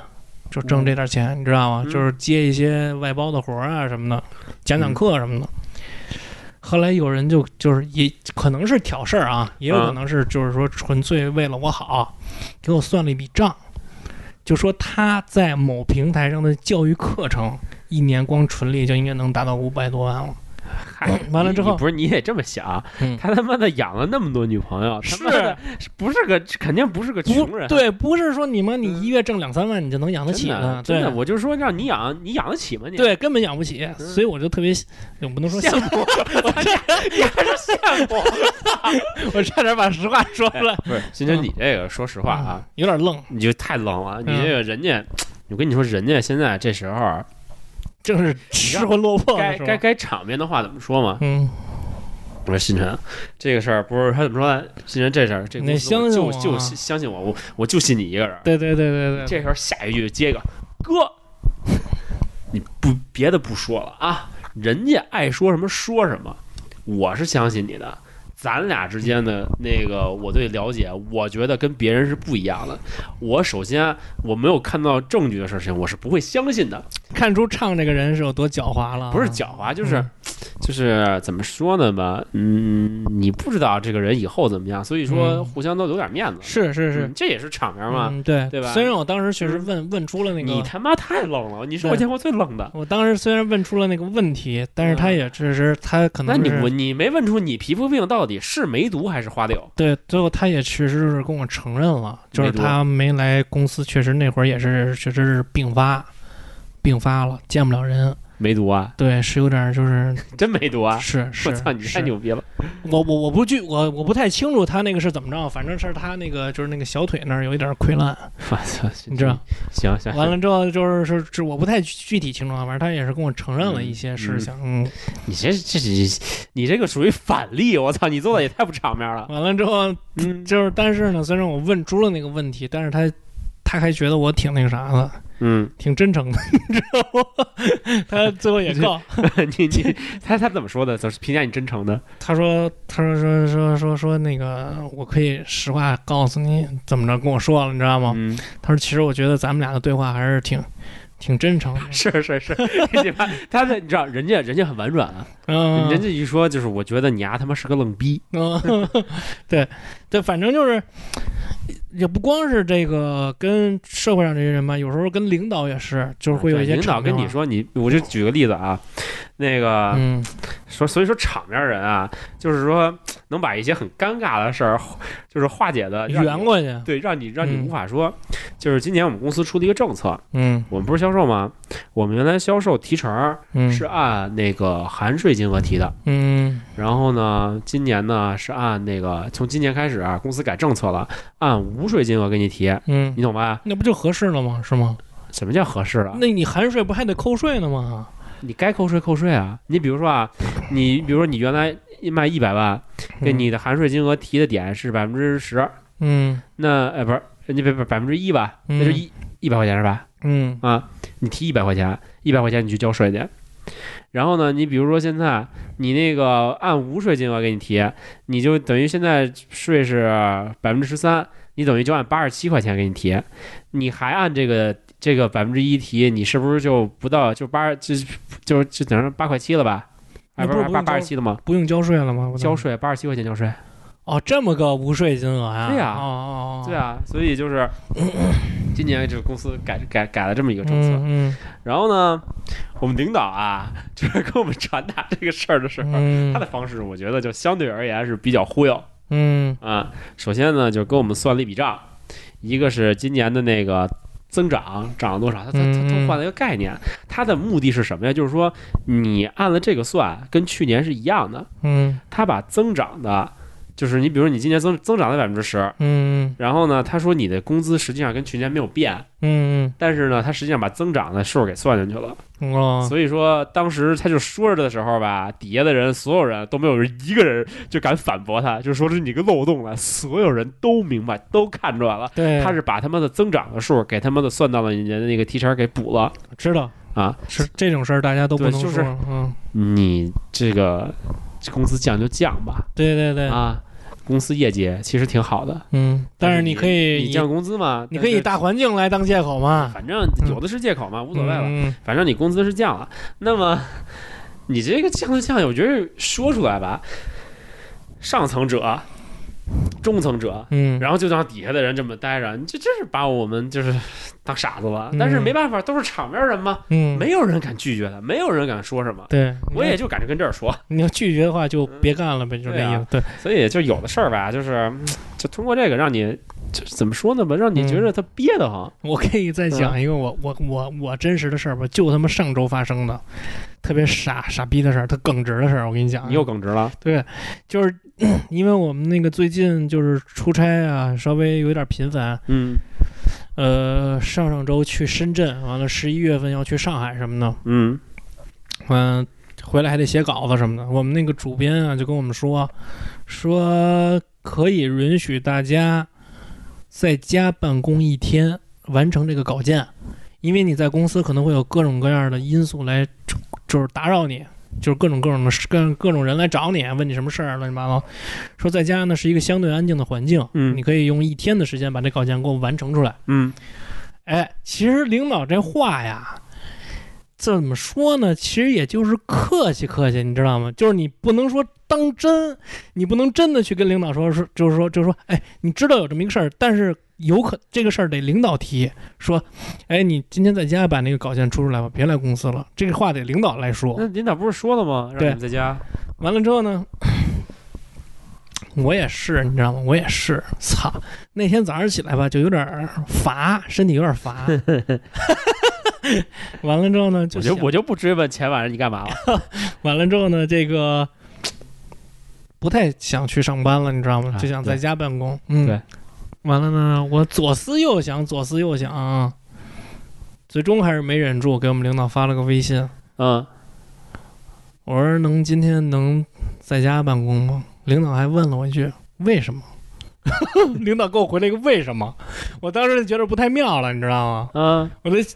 Speaker 1: 就挣这点钱，你知道吗？
Speaker 2: 嗯
Speaker 1: 就是接一些外包的活儿啊什么的，讲讲
Speaker 2: 嗯
Speaker 1: 课什么的。后来有人就就是也可能是挑事儿啊，也有
Speaker 2: 啊
Speaker 1: 可能是就是说纯粹为了我好，给我算了一笔账，就说他在某平台上的教育课程一年光纯利就应该能达到五百多万了。
Speaker 2: 嗨，
Speaker 1: 完了
Speaker 2: 哎你
Speaker 1: 之后
Speaker 2: 你不是你也这么想？啊
Speaker 1: 嗯，
Speaker 2: 他他妈的养了那么多女朋友，他
Speaker 1: 是
Speaker 2: 妈的不是个肯定不是个穷
Speaker 1: 不
Speaker 2: 人？
Speaker 1: 对，不是说你们你
Speaker 2: 嗯
Speaker 1: 一月挣两三万你就能养得起嗯
Speaker 2: 真的，真
Speaker 1: 对
Speaker 2: 的，我就嗯说让你养，你养得起吗？你
Speaker 1: 对，根本养不起，所以我就特别，我不能说
Speaker 2: 羡
Speaker 1: 羡慕，
Speaker 2: 慕，我这你还是羡慕。
Speaker 1: 我差点把实话说出来。
Speaker 2: 不是，新晨，你这个说实话
Speaker 1: 嗯，
Speaker 2: 啊，
Speaker 1: 哎有点愣，
Speaker 2: 你就太冷了。你这个人家，我跟你说，人家现在这时候
Speaker 1: 正是失魂落魄的
Speaker 2: 该
Speaker 1: 时候
Speaker 2: 该。该场面的话怎么说嘛？
Speaker 1: 嗯，
Speaker 2: 我说新晨，这个事儿不是他怎么说呢？新晨这事儿，这个
Speaker 1: 你
Speaker 2: 公司我
Speaker 1: 相信
Speaker 2: 就
Speaker 1: 我
Speaker 2: 就
Speaker 1: 啊
Speaker 2: 信相信我，我我就信你一个人。
Speaker 1: 对对对对对，
Speaker 2: 这时候下一句接一个 哥，你不别的不说了啊，人家爱说什么说什么，我是相信你的。咱俩之间的那个我对了解，我觉得跟别人是不一样的。我首先我没有看到证据的事情，我是不会相信的。
Speaker 1: 看出唱这个人是有多狡猾了啊，
Speaker 2: 不是狡猾，就是、
Speaker 1: 嗯
Speaker 2: 就是怎么说呢吧，嗯，你不知道这个人以后怎么样，所以说
Speaker 1: 嗯
Speaker 2: 互相都留点面子。
Speaker 1: 是是是
Speaker 2: 嗯，这也是场面嘛。
Speaker 1: 嗯，对
Speaker 2: 对吧嗯
Speaker 1: 虽然我当时确实问问出了那
Speaker 2: 你
Speaker 1: 个，
Speaker 2: 他妈太冷了，你是我
Speaker 1: 对
Speaker 2: 见过最冷的。
Speaker 1: 我当时虽然问出了那个问题，但是他也确实他可
Speaker 2: 嗯那
Speaker 1: 能
Speaker 2: 你
Speaker 1: 是
Speaker 2: 我你没问出你皮肤病到底是梅毒还是花柳？
Speaker 1: 对，最后他也确实是跟我承认了，就是
Speaker 2: 没多
Speaker 1: 他没来公司，确实那会儿也是确实是病发，病发了，见不了人。
Speaker 2: 梅毒啊，
Speaker 1: 对，是有点儿就是
Speaker 2: 真梅毒啊！
Speaker 1: 是是，
Speaker 2: 我操，你太
Speaker 1: 是
Speaker 2: 牛逼了！
Speaker 1: 我我我不具我我不太清楚他那个是怎么着，反正是他那个就是那个小腿那儿有一点儿溃烂，
Speaker 2: 我操，
Speaker 1: 你知道？
Speaker 2: 行行，
Speaker 1: 完了之后就是是是我不太具体清楚啊，反正他也是跟我承认了一些事情。嗯，
Speaker 2: 你这这这你这个属于反例，我操，你做的也太不场面了。
Speaker 1: 完了之后
Speaker 2: 嗯
Speaker 1: 就是，但是呢，虽然我问出了那个问题，但是他他还觉得我挺那个啥的，
Speaker 2: 嗯，
Speaker 1: 挺真诚的，你知道吗？他最后也告，
Speaker 2: 你你他他怎么说的？怎么评价你真诚的？
Speaker 1: 他说他说说说说说那个我可以实话告诉你怎么着跟我说了，你知道吗？
Speaker 2: 嗯，
Speaker 1: 他说其实我觉得咱们俩的对话还是挺挺真诚的，
Speaker 2: 是是是，你 妈他的你知道，人家人家很婉转啊，
Speaker 1: 嗯，
Speaker 2: 人家一说就是，我觉得你丫他妈是个愣逼。
Speaker 1: 嗯，对对，反正就是，也不光是这个跟社会上这些人吧，有时候跟领导也是，就是会有一些
Speaker 2: 对领导
Speaker 1: 场面
Speaker 2: 跟你说，你我就举个例子啊，那个
Speaker 1: 啊，嗯，
Speaker 2: 说，所以说场面人啊，就是说能把一些很尴尬的事儿，就是化解的让你
Speaker 1: 圆过去，
Speaker 2: 对，让你让你
Speaker 1: 嗯
Speaker 2: 无法说。就是今年我们公司出了一个政策，
Speaker 1: 嗯
Speaker 2: 我们不是销售吗？我们原来销售提成儿
Speaker 1: 嗯
Speaker 2: 是按那个含税金额提的，
Speaker 1: 嗯
Speaker 2: 然后呢，今年呢是按那个从今年开始啊，公司改政策了，按无税金额给你提，
Speaker 1: 嗯
Speaker 2: 你，懂吧？
Speaker 1: 那不就合适了吗？是吗？
Speaker 2: 什么叫合适了？
Speaker 1: 那你含税不还得扣税呢吗？
Speaker 2: 你该扣税扣税啊！你比如说啊，你比如说你原来卖一百万，给你的含税金额提的点是百分之十，
Speaker 1: 嗯，
Speaker 2: 那呃不是，你别百分之一吧，
Speaker 1: 嗯
Speaker 2: 那就一一百块钱是吧？
Speaker 1: 嗯
Speaker 2: 啊，你提一百块钱，一百块钱你去交税去。然后呢，你比如说现在你那个按无税金额给你提，你就等于现在税是百分之十三，你等于就按八十七块钱给你提，你还按这个这个百分之一提，你是不是就不到就八就就就等于八块七了吧？
Speaker 1: 那
Speaker 2: 哎，
Speaker 1: 不是不
Speaker 2: 八
Speaker 1: 用
Speaker 2: 八
Speaker 1: 交
Speaker 2: 十七了吗？
Speaker 1: 不用交税了吗？我
Speaker 2: 交税八十七块钱交税。
Speaker 1: 哦，这么个无税金额呀？
Speaker 2: 对呀
Speaker 1: 哦哦哦，
Speaker 2: 对啊，所以就是 今年这个公司改改改了这么一个政策，
Speaker 1: 嗯，
Speaker 2: 然后呢，我们领导啊， 就是跟我们传达这个事儿的时候，
Speaker 1: 嗯
Speaker 2: 他的
Speaker 1: 嗯
Speaker 2: 方式我觉得就相对而言是比较忽悠
Speaker 1: 嗯
Speaker 2: 啊。首先呢，就跟我们算了一笔账，一个是今年的那个。增长涨了多少？他他他他
Speaker 1: 嗯
Speaker 2: 换了一个概念，他的目的是什么呀？就是说，你按了这个算，跟去年是一样的。
Speaker 1: 嗯
Speaker 2: 他把增长的就是你比如你今年增增长了百分之十，
Speaker 1: 嗯
Speaker 2: 然后呢，他说你的工资实际上跟去年没有变，
Speaker 1: 嗯
Speaker 2: 但是呢，他实际上把增长的数给算进去了。
Speaker 1: 嗯哦，
Speaker 2: 所以说当时他就说着的时候吧，底下的人所有人都没有人一个人就敢反驳他，就说是你个漏洞了。所有人都明白，都看出来了，
Speaker 1: 对，
Speaker 2: 他是把他们的增长的数给他们的算到了你的那个提成给补了
Speaker 1: 知道
Speaker 2: 啊。
Speaker 1: 是这种事儿，大家都不
Speaker 2: 对
Speaker 1: 能
Speaker 2: 就
Speaker 1: 说，
Speaker 2: 是
Speaker 1: 嗯，
Speaker 2: 你这个工资降就降吧
Speaker 1: 对对对，
Speaker 2: 啊，公司业绩其实挺好的，
Speaker 1: 嗯，但是你可以
Speaker 2: 你降工资嘛，
Speaker 1: 你可以以嗯大环境来当借口
Speaker 2: 但
Speaker 1: 嘛
Speaker 2: 是，反正有的是借口嘛，无
Speaker 1: 无
Speaker 2: 所谓了。
Speaker 1: 嗯
Speaker 2: 反正你工资是降了，那么你这个降就降，我觉得说出来吧，上层者、中层者，
Speaker 1: 嗯，
Speaker 2: 然后就让底下的人这么待着，你这真是把我们就是当傻子了。
Speaker 1: 嗯
Speaker 2: 但是没办法，都是场面人嘛，
Speaker 1: 嗯
Speaker 2: 没有人敢拒绝他，没有人敢说什么。
Speaker 1: 对，
Speaker 2: 我也就敢跟这儿说，
Speaker 1: 你要拒绝的话就别干了呗，就是
Speaker 2: 对
Speaker 1: 那意
Speaker 2: 啊
Speaker 1: 思，对，
Speaker 2: 所以就有的事儿吧，就是嗯就通过这个让你，就是怎么说呢吧，让你觉
Speaker 1: 嗯
Speaker 2: 得他憋得慌。
Speaker 1: 我可以
Speaker 2: 嗯
Speaker 1: 再讲一个我我我我真实的事儿吧，就他妈上周发生的，特别傻傻逼的事儿，特耿直的事儿。我跟你讲啊，
Speaker 2: 你又耿直了，
Speaker 1: 就是 因为我们那个最近就是出差啊，稍微有点频繁。
Speaker 2: 嗯
Speaker 1: 呃，上上周去深圳，完了十一月份要去上海什么的，
Speaker 2: 嗯
Speaker 1: 嗯、回来还得写稿子什么的。我们那个主编啊就跟我们说，说可以允许大家在家办公一天，完成这个稿件，因为你在公司可能会有各种各样的因素来就就是打扰你。就是各种各种的事，各各种人来找你，问你什么事儿，乱七八糟。说在家呢是一个相对安静的环境，
Speaker 2: 嗯
Speaker 1: 你可以用一天的时间把这稿件给我完成出来。
Speaker 2: 嗯
Speaker 1: 哎，其实领导这话呀，这怎么说呢？其实也就是客气客气，你知道吗？就是你不能说当真，你不能真的去跟领导说，说就是说就是说，哎，你知道有这么一个事儿，但是有可这个事儿得领导提，说，哎，你今天在家把那个稿件出出来吧，别来公司了。这个话得领导来说。
Speaker 2: 那领导不是说了吗？让你
Speaker 1: 哦对
Speaker 2: 们在家。
Speaker 1: 完了之后呢， 我也是，你知道吗？我也是，操！那天早上起来吧，就有点儿乏，身体有点儿 乏。完了之后呢，就
Speaker 2: 我就
Speaker 1: 想
Speaker 2: 我就不追问前晚上你 干嘛了。
Speaker 1: 完了之后呢，这个不太想去上班了，你知道吗
Speaker 2: 啊？
Speaker 1: 就想在家办公。嗯，
Speaker 2: 对。
Speaker 1: 完了呢，我左思右想，左思右想，啊最终还是没忍住，给我们领导发了个微信，
Speaker 2: 嗯，
Speaker 1: 我说能今天能在家办公吗？领导还问了我一句为什么。 领导给我回了一个为什么，我当时就觉得不太妙了，你知道吗？
Speaker 2: 嗯，
Speaker 1: 我都
Speaker 2: 哎，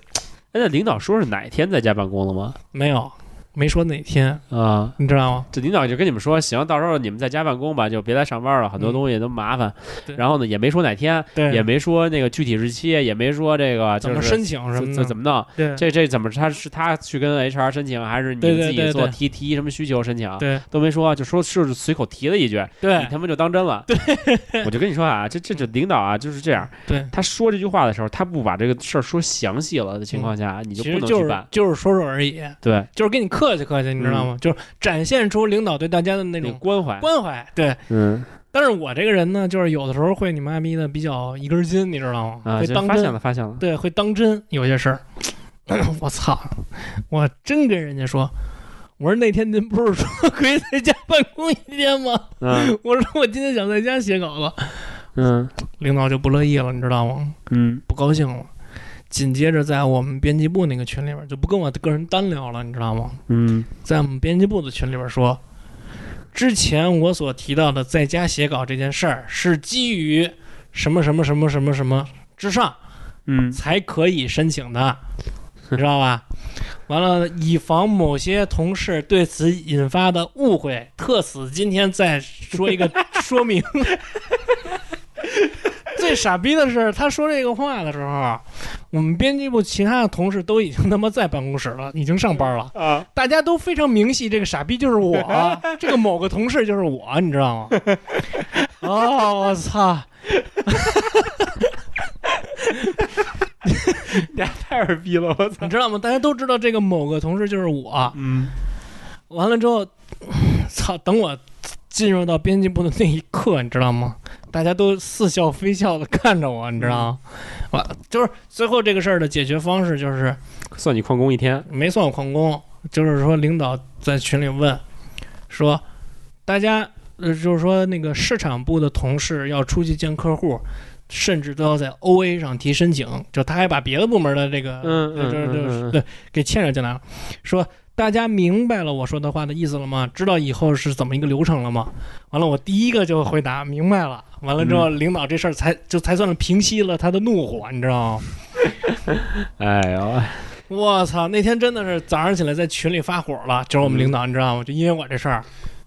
Speaker 2: 那领导说是哪天在家办公了吗？
Speaker 1: 没有没说哪天，
Speaker 2: 啊、
Speaker 1: 你知道吗？
Speaker 2: 这领导就跟你们说，行，到时候你们在家办公吧，就别来上班了，很多
Speaker 1: 嗯
Speaker 2: 东西都麻烦。
Speaker 1: 对
Speaker 2: 然后呢，也没说哪天，
Speaker 1: 对，
Speaker 2: 也没说那个具体日期，也没说这个
Speaker 1: 怎
Speaker 2: 就
Speaker 1: 么
Speaker 2: 是
Speaker 1: 申请什么
Speaker 2: 怎怎
Speaker 1: 的，
Speaker 2: 怎么弄。
Speaker 1: 对
Speaker 2: 这这怎么他是他去跟 HR 申请，还是你
Speaker 1: 对
Speaker 2: 们
Speaker 1: 对
Speaker 2: 自己
Speaker 1: 对
Speaker 2: 做
Speaker 1: 对
Speaker 2: 提提什么需求申请？
Speaker 1: 对
Speaker 2: 都没说，就说是随口提了一句，你
Speaker 1: 对
Speaker 2: 他妈就当真了。对， 我就跟你说啊，这这这领导啊就是这样，
Speaker 1: 对，
Speaker 2: 他说这句话的时候，他不把这个事儿说详细了的情况下，你
Speaker 1: 嗯
Speaker 2: 就
Speaker 1: 其
Speaker 2: 不
Speaker 1: 实
Speaker 2: 能
Speaker 1: 就
Speaker 2: 去
Speaker 1: 是
Speaker 2: 办。
Speaker 1: 就是说说而已，
Speaker 2: 对，
Speaker 1: 就是跟你客气客气，你知道吗？就是展现出领导对大家的那
Speaker 2: 那种
Speaker 1: 种
Speaker 2: 关怀，
Speaker 1: 关怀。对，
Speaker 2: 嗯
Speaker 1: 但是我这个人呢，就是有的时候会你妈逼的比较一根筋，你知道吗？
Speaker 2: 啊，
Speaker 1: 会
Speaker 2: 就
Speaker 1: 当
Speaker 2: 发
Speaker 1: 真
Speaker 2: 现了，发现 了，
Speaker 1: 对，会当真有些事儿。 我操！我真跟人家说，我说那天您不是说可以在家办公一天吗？
Speaker 2: 嗯
Speaker 1: 我说我今天想在家写稿子，
Speaker 2: 嗯
Speaker 1: 领导就不乐意了，你知道吗？
Speaker 2: 嗯
Speaker 1: 不高兴了。紧接着在我们编辑部那个群里边就不跟我个人单聊了，你知道吗？
Speaker 2: 嗯
Speaker 1: 在我们编辑部的群里边说，之前我所提到的在家写稿这件事儿是基于什么什么什么什么什么之上。
Speaker 2: 嗯，
Speaker 1: 才可以申请的， 你知道吧？完了，以防某些同事对此引发的误会，特此今天再说一个 说明。最傻逼的是，他说这个话的时候，啊我们编辑部其他的同事都已经他妈在办公室了，已经上班了，
Speaker 2: 啊，
Speaker 1: 大家都非常明晰，这个傻逼就是我，这个某个同事就是我，你知道吗？哦，我操！
Speaker 2: 你俩太二逼了，我操，
Speaker 1: 你知道吗？大家都知道这个某个同事就是我。啊
Speaker 2: 嗯
Speaker 1: 完了之后，操！等我进入到编辑部的那一刻，你知道吗？大家都似笑非笑的看着我，你知道吗？我、就是最后这个事儿的解决方式就是
Speaker 2: 算你旷工一天，
Speaker 1: 没算我旷工，就是说领导在群里问，说大家呃，就是说那个市场部的同事要出去见客户，甚至都要在 OA 上提申请，就他还把别的部门的这个，
Speaker 2: 嗯嗯
Speaker 1: 呃这
Speaker 2: 嗯嗯
Speaker 1: 这
Speaker 2: 嗯
Speaker 1: 对给牵扯进来了，说。大家明白了我说的话的意思了吗？知道以后是怎么一个流程了吗？完了，我第一个就回答明白了。完了之
Speaker 2: 嗯
Speaker 1: 后，领导这事儿才就才算是平息了他的怒火，你知道吗？
Speaker 2: 哎呦，
Speaker 1: 我操，那天真的是早上起来在群里发火了，就是我们领导，你知道吗？就因为我这事儿，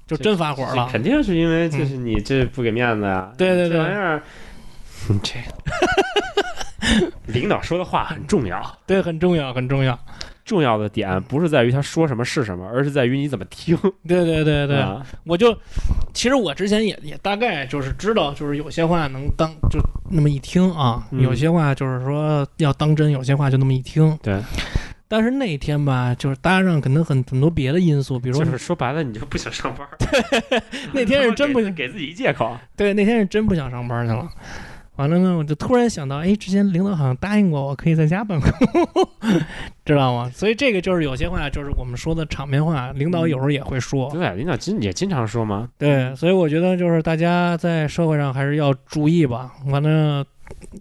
Speaker 1: 就真发火了。嗯
Speaker 2: 肯定是因为就是你这不给面子呀、
Speaker 1: 对对对
Speaker 2: 这玩 意儿，你这领导说的话很重要，
Speaker 1: 对，很重要，很重要。
Speaker 2: 重要的点不是在于他说什么是什么，而是在于你怎么听。
Speaker 1: 对对对对，
Speaker 2: 啊
Speaker 1: 我就其实我之前也也大概就是知道，就是有些话能当就那么一听啊，
Speaker 2: 嗯
Speaker 1: 有些话就是说要当真，有些话就那么一听。
Speaker 2: 对。
Speaker 1: 但是那天吧，就是搭上可能很很多别的因素，比如
Speaker 2: 就
Speaker 1: 说
Speaker 2: 是说白了，你就不想上班儿。
Speaker 1: 那天是真不
Speaker 2: 给给自己一借口。
Speaker 1: 对，那天是真不想上班去了。完了呢，我就突然想到，哎，之前领导好像答应过我可以在家办公， 知道吗？所以这个就是有些话，就是我们说的场面话，领导有时候也会说。
Speaker 2: 对，领导经也经常说嘛。
Speaker 1: 对，所以我觉得就是大家在社会上还是要注意吧。完了，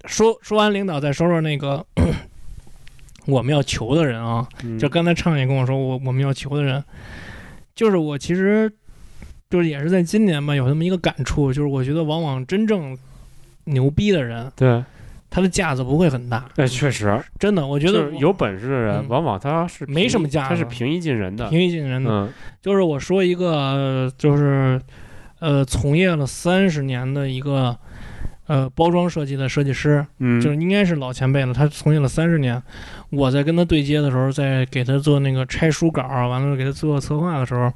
Speaker 1: 说说完领导，再说说那个 我们要求的人啊。
Speaker 2: 嗯
Speaker 1: 就刚才畅也跟我说，我我们要求的人，就是我其实就是也是在今年吧，有那么一个感触，就是我觉得往往真正牛逼的人，
Speaker 2: 对，
Speaker 1: 他的架子不会很大，
Speaker 2: 哎，确实，
Speaker 1: 真的，我觉
Speaker 2: 就
Speaker 1: 得
Speaker 2: 是有本事的人，
Speaker 1: 嗯
Speaker 2: 往往他是
Speaker 1: 没
Speaker 2: 平
Speaker 1: 什么架子
Speaker 2: 他是平易近人的。
Speaker 1: 平易近人的。
Speaker 2: 嗯
Speaker 1: 就是我说一个，呃就是呃，从业了三十年的一个呃包装设计的设计师，
Speaker 2: 嗯，
Speaker 1: 就是应该是老前辈了，他从业了三十年。我在跟他对接的时候，在给他做那个拆书稿，完了给他做策划的时候，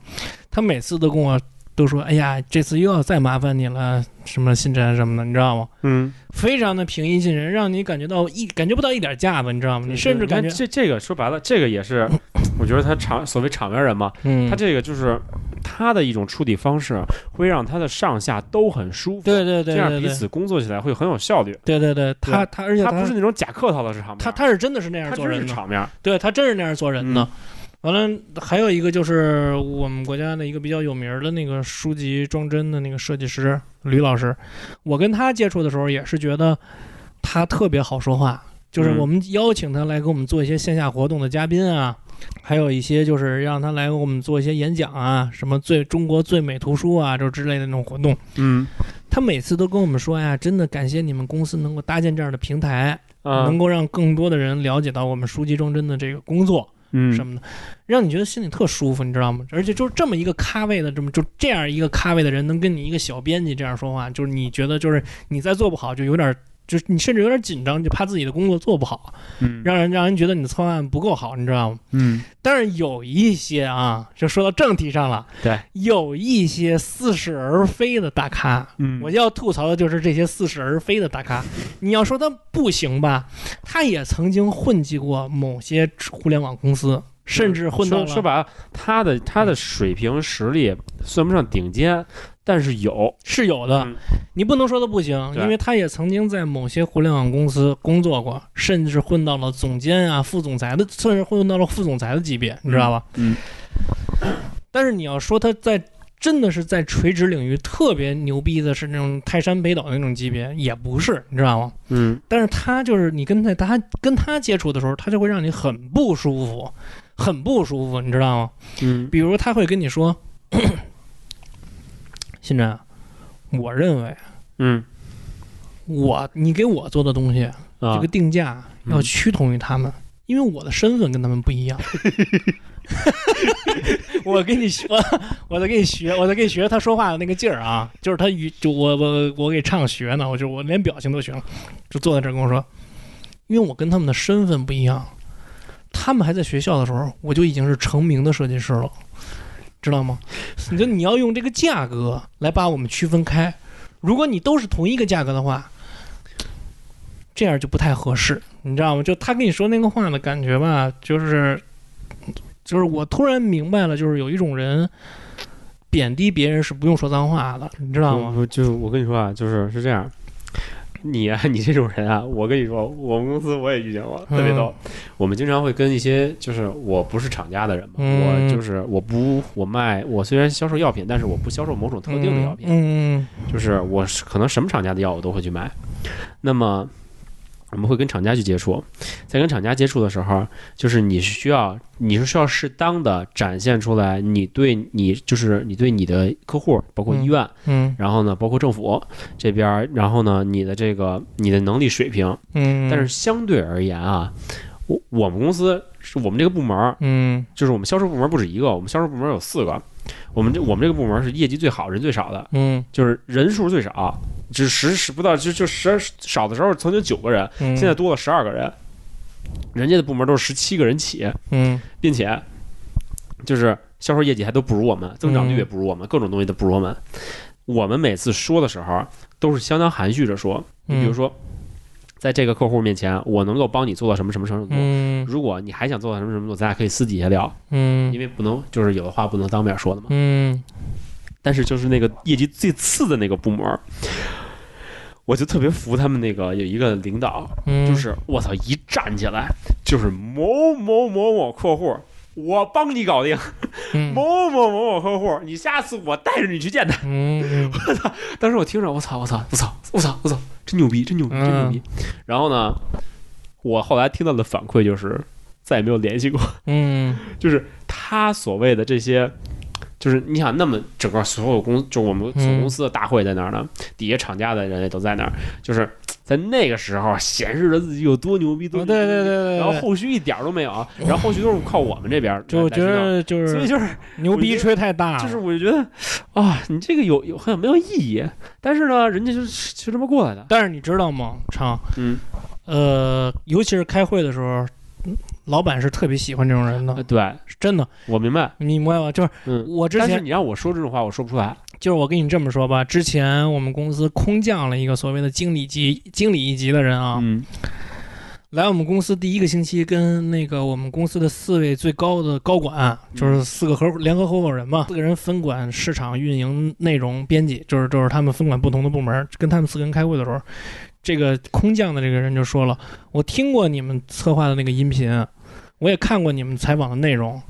Speaker 1: 他每次都跟我都说：“哎呀，这次又要再麻烦你了，什么新辰什么的，你知道吗？”
Speaker 2: 嗯，
Speaker 1: 非常的平易近人，让你感觉到一感觉不到一点架子，你知道吗？你
Speaker 2: 对
Speaker 1: 甚
Speaker 2: 对
Speaker 1: 至感
Speaker 2: 但
Speaker 1: 觉，
Speaker 2: 这这个说白了，这个 也是，我觉得他场所谓场面人嘛，
Speaker 1: 嗯，
Speaker 2: 他这个就是他的一种处理方式，会让他的上下都很舒服。
Speaker 1: 对对对
Speaker 2: 这样
Speaker 1: 对
Speaker 2: 彼
Speaker 1: 对，
Speaker 2: 此工作起来会很有效率。
Speaker 1: 对对对，他他而且
Speaker 2: 他不是那种假客套的场面，
Speaker 1: 他他是真的是那样
Speaker 2: 他
Speaker 1: 做
Speaker 2: 真
Speaker 1: 人
Speaker 2: 是
Speaker 1: 的，
Speaker 2: 场面。
Speaker 1: 对他真是那样做人的。完了，还有一个就是我们国家的一个比较有名儿的那个书籍装帧的那个设计师吕老师，我跟他接触的时候也是觉得他特别好说话，就是
Speaker 2: 嗯
Speaker 1: 我们邀请他来给我们做一些线下活动的嘉宾啊，还有一些就是让他来给我们做一些演讲啊，什么最中国最美图书啊，就之类的那种活动。
Speaker 2: 嗯
Speaker 1: 他每次都跟我们说哎呀，真的感谢你们公司能够搭建这样的平台，
Speaker 2: 啊
Speaker 1: 能够让更多的人了解到我们书籍装帧的这个工作
Speaker 2: 嗯
Speaker 1: 什么的，让你觉得心里特舒服，你知道吗？而且就是这么一个咖位的，这么就这样一个咖位的人，能跟你一个小编辑这样说话，就是你觉得就是你再做不好，就有点就是你甚至有点紧张，就怕自己的工作做不好，
Speaker 2: 嗯
Speaker 1: 让人让人觉得你的策划案不够好，你知道吗？
Speaker 2: 嗯
Speaker 1: 但是有一些啊，就说到正题上了，
Speaker 2: 对，
Speaker 1: 有一些似是而非的大咖，
Speaker 2: 嗯
Speaker 1: 我要吐槽的就是这些似是而非的大 咖。你要说他不行吧，他也曾经混迹过某些互联网公司，甚至混到
Speaker 2: 说
Speaker 1: 了
Speaker 2: 说白了，他的他的水平实力算不上顶尖，但是有，
Speaker 1: 是有的
Speaker 2: 嗯。
Speaker 1: 你不能说他不行，
Speaker 2: 对
Speaker 1: 因为他也曾经在某些互联网公司工作过，甚至混到了总监啊、副总裁的，甚至混到了副总裁的级别，你知道吧？
Speaker 2: 嗯。
Speaker 1: 但是你要说他在。真的是在垂直领域特别牛逼的，是那种泰山北倒那种级别，也不是，你知道吗？
Speaker 2: 嗯
Speaker 1: 但是他就是你跟在他跟他接触的时候，他就会让你很不舒服，很不舒服，你知道吗？
Speaker 2: 嗯
Speaker 1: 比如他会跟你说：“ 新真，我认为
Speaker 2: 嗯
Speaker 1: 我你给我做的东西，
Speaker 2: 啊
Speaker 1: 这个定价要趋同于他们，因为我的身份跟他们不一样。 我跟你学， 我在跟你学，我在跟你学他说话的那个劲儿啊，就是他语，就我我我给唱学呢，我就我连表情都学了，就坐在这儿跟我说，因为我跟他们的身份不一样，他们还在学校的时候，我就已经是成名的设计师了，知道吗？你说你要用这个价格来把我们区分开，如果你都是同一个价格的话，这样就不太合适，你知道吗？就他跟你说那个话的感觉吧，就是，就是我突然明白了，就是有一种人贬低别人是不用说脏话的，你知道
Speaker 2: 我
Speaker 1: 吗？
Speaker 2: 我就我跟你说啊，就是是这样。你啊，你这种人啊，我跟你说，我们公司我也遇见过，
Speaker 1: 嗯
Speaker 2: 特别逗。我们经常会跟一些就是我不是厂家的人嘛，
Speaker 1: 嗯
Speaker 2: 我就是我不我卖，我虽然销售药品，但是我不销售某种特定的药品，
Speaker 1: 嗯
Speaker 2: 就是我是可能什么厂家的药我都会去买。那么我们会跟厂家去接触，在跟厂家接触的时候，就是你是需要你是需要适当的展现出来你对你就是你对你的客户，包括医院，
Speaker 1: 嗯
Speaker 2: 然后呢包括政府这边儿，然后呢你的这个你的能力水平，
Speaker 1: 嗯，
Speaker 2: 但是相对而言啊，我我们公司是我们这个部门儿
Speaker 1: 嗯
Speaker 2: 就是我们销售部门不止一个，我们销售部门有四个。我们这我们这个部门是业绩最好、人最少的，
Speaker 1: 嗯
Speaker 2: 就是人数最少，只十十不到，就就十少的时候曾经九个人，
Speaker 1: 嗯，
Speaker 2: 现在多了十二个人。人家的部门都是十七个人起，
Speaker 1: 嗯
Speaker 2: 并且就是销售业绩还都不如我们，增
Speaker 1: 嗯
Speaker 2: 长率也不如我们，各种东西都不如我们。我们每次说的时候都是相当含蓄着说，
Speaker 1: 嗯
Speaker 2: 你比如说，在这个客户面前，我能够帮你做到什么什么什么程度。
Speaker 1: 嗯
Speaker 2: 如果你还想做到什么什么程度，咱俩可以私底下聊，
Speaker 1: 嗯
Speaker 2: 因为不能就是有的话不能当面说的嘛。
Speaker 1: 嗯
Speaker 2: 但是就是那个业绩最次的那个部门儿，我就特别服他们那个有一个领导，
Speaker 1: 嗯，
Speaker 2: 就是我操一站起来就是某某某某客户。我帮你搞定
Speaker 1: 嗯
Speaker 2: 某某某某客户，你下次我带着你去见他。
Speaker 1: 嗯
Speaker 2: 当时我听着，我操，我操，我操，我操，我操，真牛逼，真牛逼，真牛逼。
Speaker 1: 嗯
Speaker 2: 然后呢，我后来听到的反馈就是再也没有联系过。
Speaker 1: 嗯
Speaker 2: 就是他所谓的这些，就是你想，那么整个所有公，就我们
Speaker 1: 嗯
Speaker 2: 总公司的大会在那儿呢，底下厂家的人也都在那儿，就是在那个时候显示着自己有多牛逼，多
Speaker 1: 哦对对对
Speaker 2: 牛逼
Speaker 1: 对，
Speaker 2: 然后后续一点儿都没有啊，然后后续都是靠我们这边儿
Speaker 1: 就我
Speaker 2: 来
Speaker 1: 觉，
Speaker 2: 来
Speaker 1: 得就
Speaker 2: 去弄所以
Speaker 1: 是
Speaker 2: 就是
Speaker 1: 牛逼吹太大了，
Speaker 2: 就是我就觉得啊，你这个有有很没有意义，但是呢，人家就是就这么过来的，
Speaker 1: 但是你知道吗，昌？
Speaker 2: 嗯，
Speaker 1: 呃，尤其是开会的时候，嗯老板是特别喜欢这种人
Speaker 2: 呃
Speaker 1: 的，
Speaker 2: 对
Speaker 1: 是真的，
Speaker 2: 我明白，
Speaker 1: 你明白吧？就是
Speaker 2: 嗯。
Speaker 1: 我之
Speaker 2: 但是
Speaker 1: 前，啊
Speaker 2: 你让我说这种话，我说不出来。
Speaker 1: 就是我跟你这么说吧，之前我们公司空降了一个所谓的经理级、经理一级的人啊，
Speaker 2: 嗯
Speaker 1: 来我们公司第一个星期，跟那个我们公司的四位最高的高管，
Speaker 2: 嗯
Speaker 1: 就是四个合伙联合合伙人嘛，四个人分管市场运营、内容、编辑，就是就是他们分管不同的部门。跟他们四个人开会的时候，这个空降的这个人就说了：“我听过你们策划的那个音频，我也看过你们采访的内容。”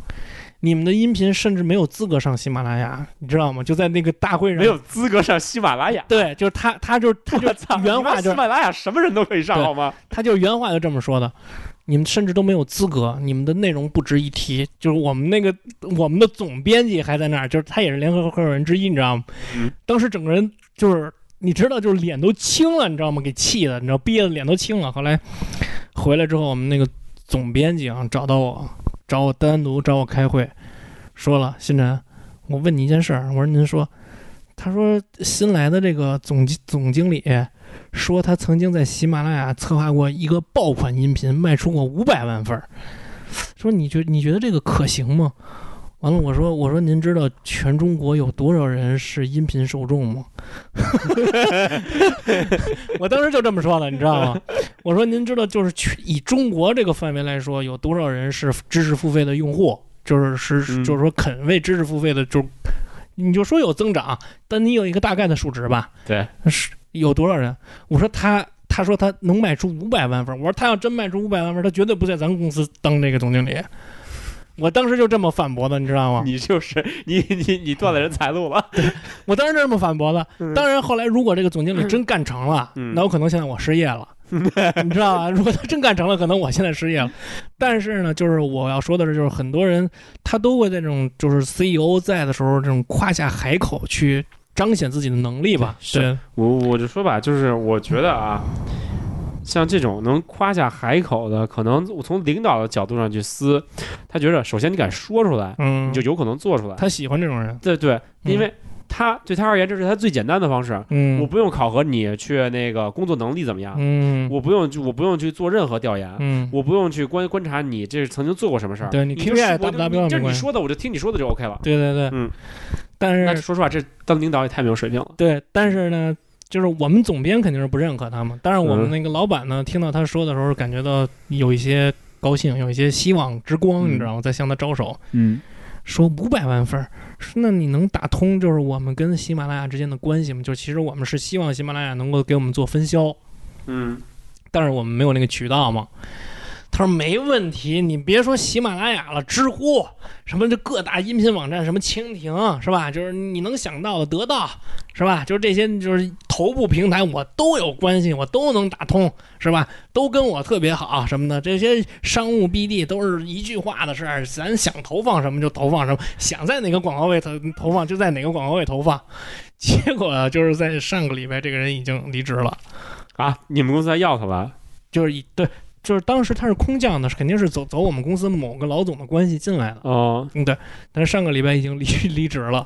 Speaker 1: 你们的音频甚至没有资格上喜马拉雅，你知道吗？就在那个大会上，
Speaker 2: 没有资格上喜马拉雅。
Speaker 1: 对，就是他，他就是他就
Speaker 2: 我操，
Speaker 1: 原
Speaker 2: 你
Speaker 1: 话
Speaker 2: 妈
Speaker 1: 就是
Speaker 2: 喜马拉雅什么人都可以上
Speaker 1: 对
Speaker 2: 好吗？
Speaker 1: 他就原话就这么说的，你们甚至都没有资格，你们的内容不值一提。就是我们那个我们的总编辑还在那儿，就是他也是联合合伙人之一，你知道吗？
Speaker 2: 嗯
Speaker 1: 当时整个人就是你知道，就是脸都青了，你知道吗？给气的，你知道憋的脸都青了。后来回来之后，我们那个总编辑啊找到我，找我单独找我开会，说了新晨，我问你一件事儿，我说您说。他说：“新来的这个总经总经理，说他曾经在喜马拉雅策划过一个爆款音频，卖出过五百万份儿。说你觉你觉得这个可行吗？完了，我说我说您知道全中国有多少人是音频受众吗？ 我当时就这么说的，你知道吗？我说您知道就是去以中国这个范围来说，有多少人是知识付费的用户，就是是
Speaker 2: 嗯
Speaker 1: 就是说肯为知识付费的，就是你就说有增长，但你有一个大概的数值吧？
Speaker 2: 对，
Speaker 1: 是有多少人？我说他。他说他能卖出五百万份儿，我说他要真卖出五百万份儿，他绝对不在咱公司当这个总经理。我当时就这么反驳的，你知道吗？
Speaker 2: 你就是你你你断了人财路了。
Speaker 1: 我当时就这么反驳的。当然，后来如果这个总经理真干成了，
Speaker 2: 嗯
Speaker 1: 那有可能现在我失业 了，你知道吧？如果他真干成了，可能我现在失业了。但是呢，就是我要说的是，就是很多人他都会在这种就是 CEO 在的时候，这种夸下海口去彰显自己的能力吧。
Speaker 2: 是
Speaker 1: 对，
Speaker 2: 我我就说吧，就是我觉得啊，像这种能夸下海口的，可能我从领导的角度上去思，他觉得首先你敢说出来，
Speaker 1: 嗯，
Speaker 2: 你就有可能做出来。
Speaker 1: 他喜欢这种人。
Speaker 2: 对对，
Speaker 1: 嗯
Speaker 2: 因为他对他而言，这是他最简单的方式。
Speaker 1: 嗯，
Speaker 2: 我不用考核你去那个工作能力怎么样，
Speaker 1: 嗯，
Speaker 2: 啊我不用去我不用去做任何调研，
Speaker 1: 嗯，
Speaker 2: 我不用去观观察你这是曾经做过什么事儿。
Speaker 1: 对你
Speaker 2: 你就
Speaker 1: KPI
Speaker 2: 是
Speaker 1: 达
Speaker 2: 我
Speaker 1: 不达
Speaker 2: 就
Speaker 1: 标
Speaker 2: 你就是
Speaker 1: 没关
Speaker 2: 你
Speaker 1: 系
Speaker 2: 说的，我就听你说的就 OK 了。
Speaker 1: 对对对，
Speaker 2: 嗯，
Speaker 1: 但
Speaker 2: 那
Speaker 1: 是
Speaker 2: 说实话，这当领导也太没有水平了。
Speaker 1: 对，但是呢，就是我们总编肯定是不认可他嘛。但是我们
Speaker 2: 嗯
Speaker 1: 那个老板呢，听到他说的时候，感觉到有一些高兴，有一些希望之光，
Speaker 2: 嗯
Speaker 1: 你知道吗？在向他招手，
Speaker 2: 嗯，
Speaker 1: 说五百万份儿，说那你能打通就是我们跟喜马拉雅之间的关系吗？就其实我们是希望喜马拉雅能够给我们做分销，
Speaker 2: 嗯
Speaker 1: 但是我们没有那个渠道嘛。他说没问题，你别说喜马拉雅了，知乎什么这各大音频网站，什么蜻蜓是吧？就是你能想到的得到是吧？就是这些就是头部平台，我都有关系，我都能打通是吧？都跟我特别好什么的，这些商务 BD 都是一句话的事儿，咱想投放什么就投放什么，想在哪个广告位投投放就在哪个广告位投放。结果就是在上个礼拜，这个人已经离职了。
Speaker 2: 啊，你们公司还要他吧？
Speaker 1: 就是以对，就是当时他是空降的，肯定是走走我们公司某个老总的关系进来的。
Speaker 2: 哦，
Speaker 1: 嗯，对，但是上个礼拜已经离 离职了，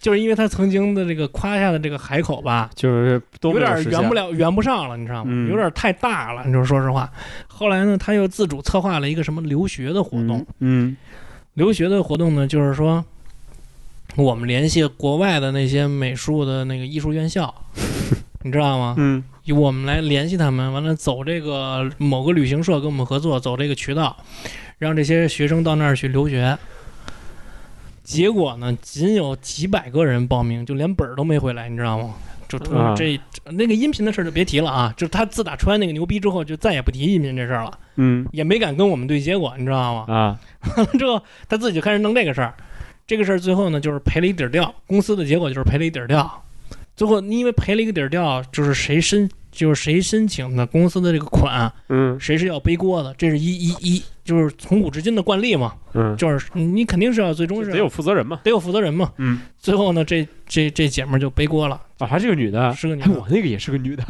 Speaker 1: 就是因为他曾经的这个夸下的这个海口吧，
Speaker 2: 就是都
Speaker 1: 有
Speaker 2: 没
Speaker 1: 点
Speaker 2: 实
Speaker 1: 圆
Speaker 2: 现
Speaker 1: 不了圆不上了，你知道吗？
Speaker 2: 嗯
Speaker 1: 有点太大了，你就说实话。后来呢，他又自主策划了一个什么留学的活动，
Speaker 2: 嗯，
Speaker 1: 留学的活动呢，就是说我们联系国外的那些美术的那个艺术院 校，你知道吗？
Speaker 2: 嗯
Speaker 1: 由我们来联系他们，完了走这个某个旅行社跟我们合作，走这个渠道，让这些学生到那儿去留学。结果呢，仅有几百个人报名，就连本儿都没回来，你知道吗？就通
Speaker 2: 啊
Speaker 1: 过这、呃那个音频的事儿就别提了啊！就他自打穿那个牛逼之后，就再也不提音频这事儿了，
Speaker 2: 嗯
Speaker 1: 也没敢跟我们对结果，你知道吗？
Speaker 2: 嗯啊，
Speaker 1: 之后他自己就开始弄这个事儿，这个事儿最后呢就是赔了一底儿掉，公司的结果就是赔了一底儿掉。最后因为赔了一个底儿掉，就是谁申就是谁申请的公司的这个款，
Speaker 2: 嗯
Speaker 1: 谁是要背锅的，这是一一一就是从古至今的惯例嘛，
Speaker 2: 嗯，
Speaker 1: 就是你肯定是要最终是
Speaker 2: 得有负责人嘛。
Speaker 1: 得有负责人嘛。
Speaker 2: 嗯，
Speaker 1: 最后呢，这这这姐们儿就背锅了，
Speaker 2: 啊，还是个女的。
Speaker 1: 是个女
Speaker 2: 哎，
Speaker 1: 的，
Speaker 2: 我那个也是个女的，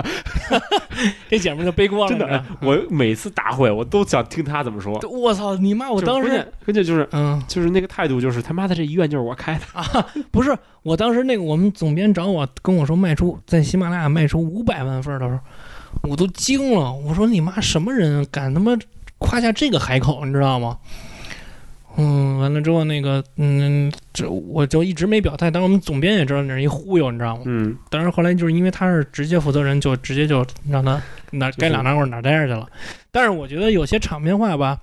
Speaker 1: 这姐们儿就背锅了，
Speaker 2: 真的。
Speaker 1: 你知
Speaker 2: 哎
Speaker 1: 道吗
Speaker 2: 我每次大会我都想听她怎么说。
Speaker 1: 对我操你妈！我当
Speaker 2: 就是关
Speaker 1: 时
Speaker 2: 键关键就是
Speaker 1: 嗯。
Speaker 2: 就是那个态度，就是他妈的这医院就是我开的。
Speaker 1: 不是，我当时那个我们总编找我跟我说卖出在喜马拉雅卖出五百万份儿的时候，我都惊了。我说你妈什么人敢他妈夸下这个海口，你知道吗？嗯，完了之后那个嗯，这我就一直没表态。当时我们总编也知道那是一忽悠，你知道吗？
Speaker 2: 嗯，
Speaker 1: 当然后来就是因为他是直接负责人，就直接就让他哪
Speaker 2: 是
Speaker 1: 该哪哪会儿哪待着去了。但是我觉得有些场面话吧，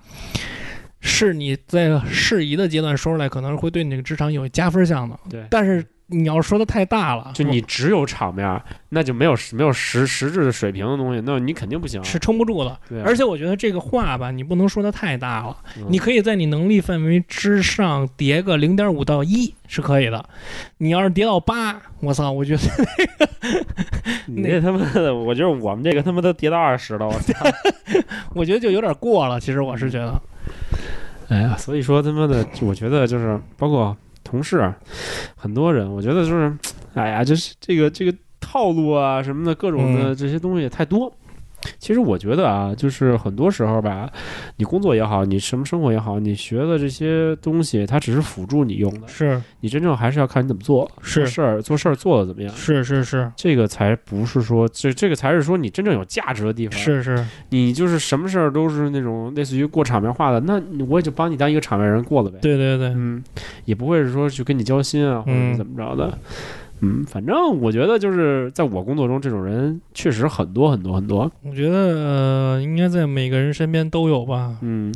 Speaker 1: 是你在适宜的阶段说出来，可能会对你这个职场有加分项的。
Speaker 2: 对。
Speaker 1: 但是你要说的太大了，
Speaker 2: 就你只有场面儿，那就没有实没有实实质的水平的东西，那你肯定不行啊。
Speaker 1: 是撑不住的。
Speaker 2: 对啊，
Speaker 1: 而且我觉得这个话吧，你不能说的太大了，
Speaker 2: 嗯
Speaker 1: 你可以在你能力范围之上叠个零点五到一是可以的。你要是叠到八，我操，我觉得
Speaker 2: 你这他妈的，我觉得我们这个他妈都跌到二十了，我操！
Speaker 1: 我觉得就有点过了。其实我是觉得，
Speaker 2: 哎呀，所以说他妈的，我觉得就是包括同事，很多人，我觉得就是，哎呀，就是这个这个套路啊什么的，各种
Speaker 1: 嗯
Speaker 2: 的这些东西太多。其实我觉得啊，就是很多时候吧，你工作也好，你什么生活也好，你学的这些东西，它只是辅助你用的，
Speaker 1: 是
Speaker 2: 你真正还是要看你怎么做，
Speaker 1: 是
Speaker 2: 做事儿做事儿做的怎么样。
Speaker 1: 是是是
Speaker 2: 这个才不是说，这这个才是说你真正有价值的地方。
Speaker 1: 是是，
Speaker 2: 你就是什么事儿都是那种类似于过场面化的，那我也就帮你当一个场面人过了呗。，
Speaker 1: 对对对，
Speaker 2: 嗯，也不会是说去跟你交心啊，或者是怎么着的。嗯，反正我觉得就是在我工作中，这种人确实很多很多很多。
Speaker 1: 我觉得呃，应该在每个人身边都有吧。
Speaker 2: 嗯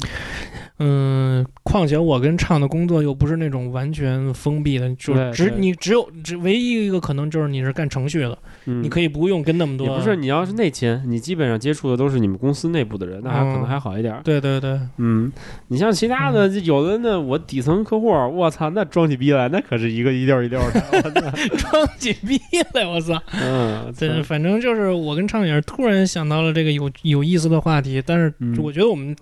Speaker 1: 嗯，况且我跟唱的工作又不是那种完全封闭的，就是
Speaker 2: 对
Speaker 1: 只
Speaker 2: 对
Speaker 1: 你只有只唯一一个可能就是你是干程序的，
Speaker 2: 嗯，
Speaker 1: 你
Speaker 2: 以。
Speaker 1: 可以不用跟那么多。
Speaker 2: 也不是，你要是内勤，你基本上接触的都是你们公司内部的人，那还
Speaker 1: 嗯
Speaker 2: 可能还好一点儿。
Speaker 1: 对嗯对对，
Speaker 2: 嗯，你像其他的，有的那我底层客户，我操，那装起逼来，那可是一个一溜一溜的。我操
Speaker 1: 装起逼来，我操！
Speaker 2: 嗯，
Speaker 1: 对，反正就是我跟畅也是突然想到了这个有有意思的话题，但是
Speaker 2: 嗯
Speaker 1: 我觉得我们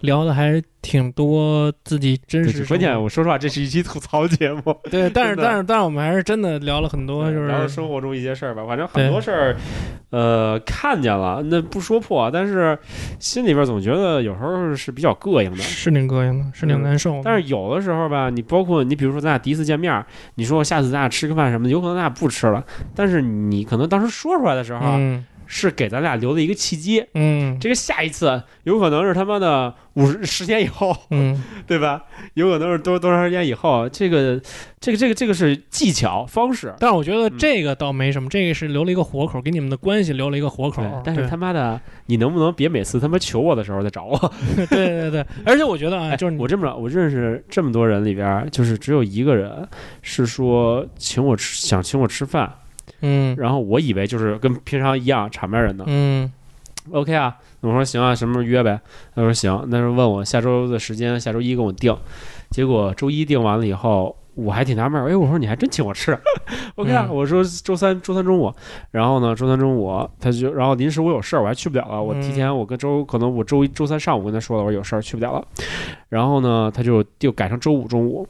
Speaker 1: 聊的还挺多，自己真实
Speaker 2: 对
Speaker 1: 生活
Speaker 2: 关键我说实话，这是一期吐槽 节目。
Speaker 1: 对，但是
Speaker 2: 真的
Speaker 1: 但是但是我们还是真的聊了很多，就
Speaker 2: 然后
Speaker 1: 是
Speaker 2: 生活中一些事儿吧，反正
Speaker 1: 对
Speaker 2: 很多事儿，呃，看见了那不说破，啊但是心里边总觉得有时候是比较膈应的。
Speaker 1: 是挺膈应的，是挺
Speaker 2: 嗯
Speaker 1: 难受的。
Speaker 2: 但是有的时候吧，你包括你，比如说咱俩第一次见面，你说下次咱俩吃个饭什么的，有可能咱俩不吃了，但是你可能当时说出来的时候啊，
Speaker 1: 嗯
Speaker 2: 是给咱俩留的一个契机。
Speaker 1: 嗯
Speaker 2: 这个下一次有可能是他妈的五十十年以后，
Speaker 1: 嗯，
Speaker 2: 对吧？有可能是多多长时间以后，这个这个这个这个是技巧方式，
Speaker 1: 但是我觉得
Speaker 2: 嗯
Speaker 1: 这个倒没什么，这个是留了一个活口，给你们的关系留了一个活口
Speaker 2: 对。但
Speaker 1: 哦对
Speaker 2: 是他妈的，你能不能别每次他妈求我的时候再找我？
Speaker 1: 对对对，而且我觉得啊，
Speaker 2: 哎
Speaker 1: 就是你
Speaker 2: 我这么着，我认识这么多人里边儿，就是只有一个人是说请我吃，想请我吃饭，
Speaker 1: 嗯
Speaker 2: 然后我以为就是跟平常一样场面人呢，
Speaker 1: 嗯
Speaker 2: OK 啊，我说行啊，什么时候约呗？他说行，那时候问我下周的时间，下周一跟我定。结果周一定完了以后，我还挺纳闷儿，哎，我说你还真请我吃，OK 啊？
Speaker 1: 嗯
Speaker 2: 我说周三周三中午，然后呢，周三中午他就，然后临时我有事儿，我还去不了了，
Speaker 1: 嗯
Speaker 2: 我提前我跟周可能我周一周三上午跟他说了，我说有事儿去不了了，然后呢，他就就改成周五中午。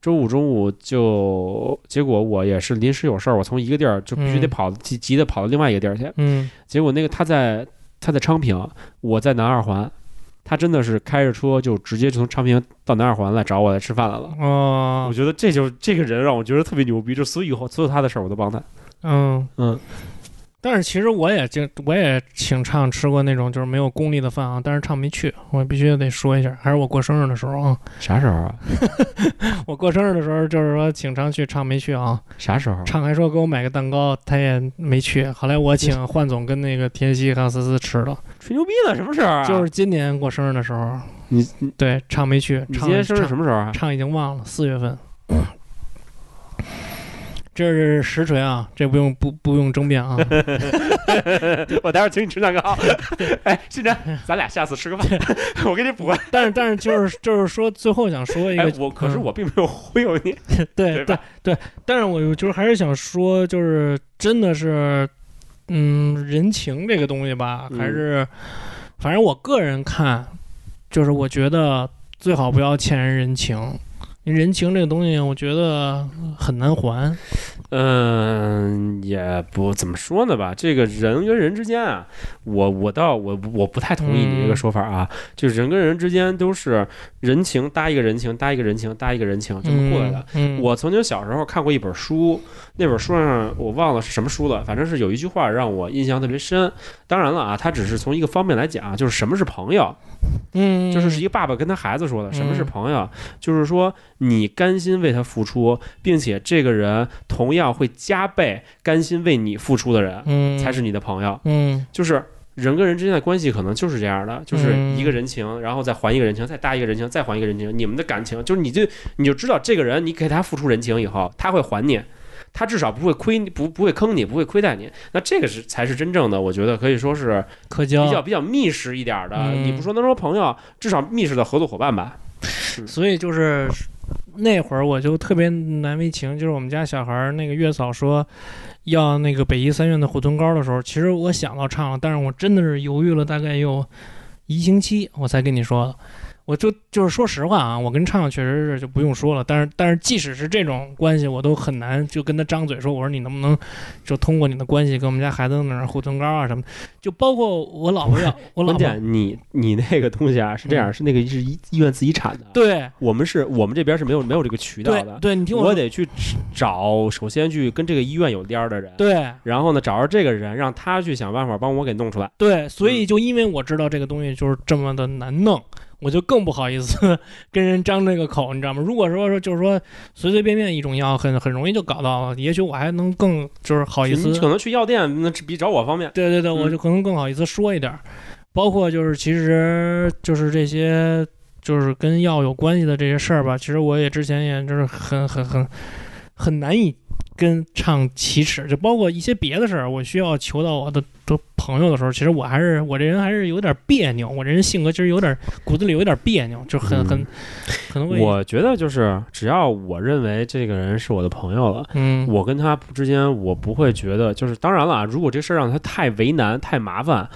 Speaker 2: 周五中午就，结果我也是临时有事儿，我从一个地儿就必须得
Speaker 1: 嗯
Speaker 2: 跑，急急得跑到另外一个地儿去。
Speaker 1: 嗯
Speaker 2: 结果那个他在他在昌平，我在南二环，他真的是开着车就直接就从昌平到南二环来找我来吃饭来了。我
Speaker 1: 哦
Speaker 2: 觉得这就是这个人让我觉得特别牛逼，就所以以后所有他的事儿我都帮他。
Speaker 1: 嗯
Speaker 2: 嗯。
Speaker 1: 但是其实我也就我也请畅吃过那种就是没有功力的饭啊，但是畅没去，我必须得说一下，还是我过生日的时候啊，
Speaker 2: 啥时候啊？嗯
Speaker 1: 我过生日的时候就是说请畅去，畅没去啊，
Speaker 2: 啥时候？
Speaker 1: 畅还说给我买个蛋糕，他也没去。后来我请焕总跟那个田曦还有思思吃的，
Speaker 2: 吹牛逼呢？什么时候、啊？
Speaker 1: 就是今年过生日的时候，
Speaker 2: 你你
Speaker 1: 对，畅没去。
Speaker 2: 你
Speaker 1: 畅
Speaker 2: 今天生日什么时候啊
Speaker 1: 畅？？畅已经忘了，四月份。这是实锤啊，这不用不不用争辩啊。
Speaker 2: 我待会儿请你吃蛋糕。 哎，新晨，咱俩下次吃个饭， 我给你补。
Speaker 1: 但是但是就是就是说，最后想说一个，
Speaker 2: 哎，我可是我并没有忽悠你，
Speaker 1: 对
Speaker 2: 吧？
Speaker 1: 但是我就是还是想说，就是真的是，嗯，人情这个东西吧，
Speaker 2: 嗯
Speaker 1: 还是，反正我个人看，就是我觉得最好不要欠人人情。人情这个东西，我觉得很难还。
Speaker 2: 嗯，也不怎么说呢吧。这个人跟人之间啊，我我倒我我不太同意你
Speaker 1: 嗯
Speaker 2: 这个说法啊。就是人跟人之间都是人情搭一个人情搭一个人情搭一个人情这么过来的。
Speaker 1: 嗯，嗯
Speaker 2: 我曾经小时候看过一本书，那本书上我忘了是什么书了，反正是有一句话让我印象特别深。当然了啊，它只是从一个方面来讲啊，就是什么是朋友，
Speaker 1: 嗯，
Speaker 2: 就是一个爸爸跟他孩子说的，什么是
Speaker 1: 嗯
Speaker 2: 朋友？就是说你甘心为他付出，并且这个人同样会加倍甘心为你付出的人，
Speaker 1: 嗯，
Speaker 2: 才是你的朋友。
Speaker 1: 嗯
Speaker 2: 就是人跟人之间的关系可能就是这样的，就是
Speaker 1: 嗯
Speaker 2: 一个人情，然后再还一个人情，再搭一个人情，再还一个人情。你们的感情就是你就你就知道这个人，你给他付出人情以后，他会还你。他至少不会亏你，不不会坑你，不会亏待你。那这个是才是真正的，我觉得可以说是
Speaker 1: 可交
Speaker 2: 比较比较密实一点儿的，
Speaker 1: 嗯
Speaker 2: 你不说能说朋友，至少密实的合作伙伴吧。
Speaker 1: 所以就是那会儿我就特别难为情，就是我们家小孩儿那个月嫂说要那个北医三院的护臀膏的时候，其实我想到唱了，但是我真的是犹豫了大概有一星期，我才跟你说的。我就就是说实话啊，我跟唱确实是就不用说了，但是但是即使是这种关系，我都很难就跟他张嘴说，我说你能不能就通过你的关系跟我们家孩子弄点护臀膏啊什么的，就包括我老婆要我老婆
Speaker 2: 关键你你那个东西啊是这样，
Speaker 1: 嗯
Speaker 2: 是那个是医医院自己产的，
Speaker 1: 对
Speaker 2: 我们是我们这边是没有没有这个渠道
Speaker 1: 对
Speaker 2: 的，
Speaker 1: 对，你听
Speaker 2: 我
Speaker 1: 我说，
Speaker 2: 得去找，首先去跟这个医院有联儿的人，
Speaker 1: 对。
Speaker 2: 然后呢找着这个人，让他去想办法帮我给弄出来。
Speaker 1: 对，所以
Speaker 2: 嗯
Speaker 1: 就因为我知道这个东西就是这么的难弄，我就更不好意思 跟人张这个口，你知道吗？如果说说就是说随随便便一种药，很很容易就搞到了，也许我还能更就是好意思
Speaker 2: 你。可能去药店，那比找我方便。
Speaker 1: 对对对，
Speaker 2: 嗯
Speaker 1: 我就可能更好意思说一点儿。包括就是其实就是这些就是跟药有关系的这些事儿吧，其实我也之前也就是很很很很难以。跟唱启齿，就包括一些别的事儿，我需要求到我的的朋友的时候，其实我还是我这人还是有点别扭，我这人性格其实有点骨子里有点别扭，就很很
Speaker 2: 嗯
Speaker 1: 可能会
Speaker 2: 我觉得就是只要我认为这个人是我的朋友了。
Speaker 1: 嗯
Speaker 2: 我跟他之间，我不会觉得就是，当然了啊，如果这事儿让他太为难、太麻烦，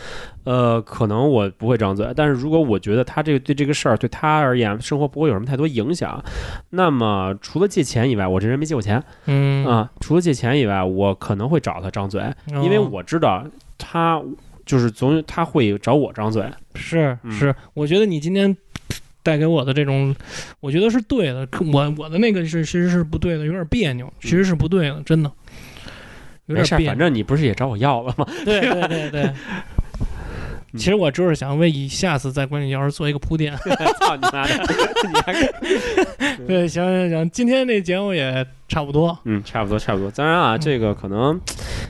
Speaker 2: 呃，可能我不会张嘴。但是如果我觉得他这个对这个事儿对他而言，生活不会有什么太多影响，那么除了借钱以外，我这人没借过钱啊、
Speaker 1: 嗯，
Speaker 2: 除了借钱以外，我可能会找他张嘴，因为
Speaker 1: 哦
Speaker 2: 我知道他就是总他会找我张嘴。
Speaker 1: 是
Speaker 2: 嗯
Speaker 1: 是，我觉得你今天带给我的这种，我觉得是对的。可我我的那个是其实是不对的，有点别扭，其实是不对的，真的有
Speaker 2: 嗯没
Speaker 1: 点
Speaker 2: 事儿，
Speaker 1: 别
Speaker 2: 反
Speaker 1: 扭。
Speaker 2: 正你不是也找我要了吗？
Speaker 1: 对对对对。其实我就是想为以下次在关键要是做一个铺垫。
Speaker 2: 操你妈的！你还
Speaker 1: 对，行行行，今天这节目也差不多。
Speaker 2: 嗯，差不多，差不多。当然
Speaker 1: 嗯
Speaker 2: 啊，这个可能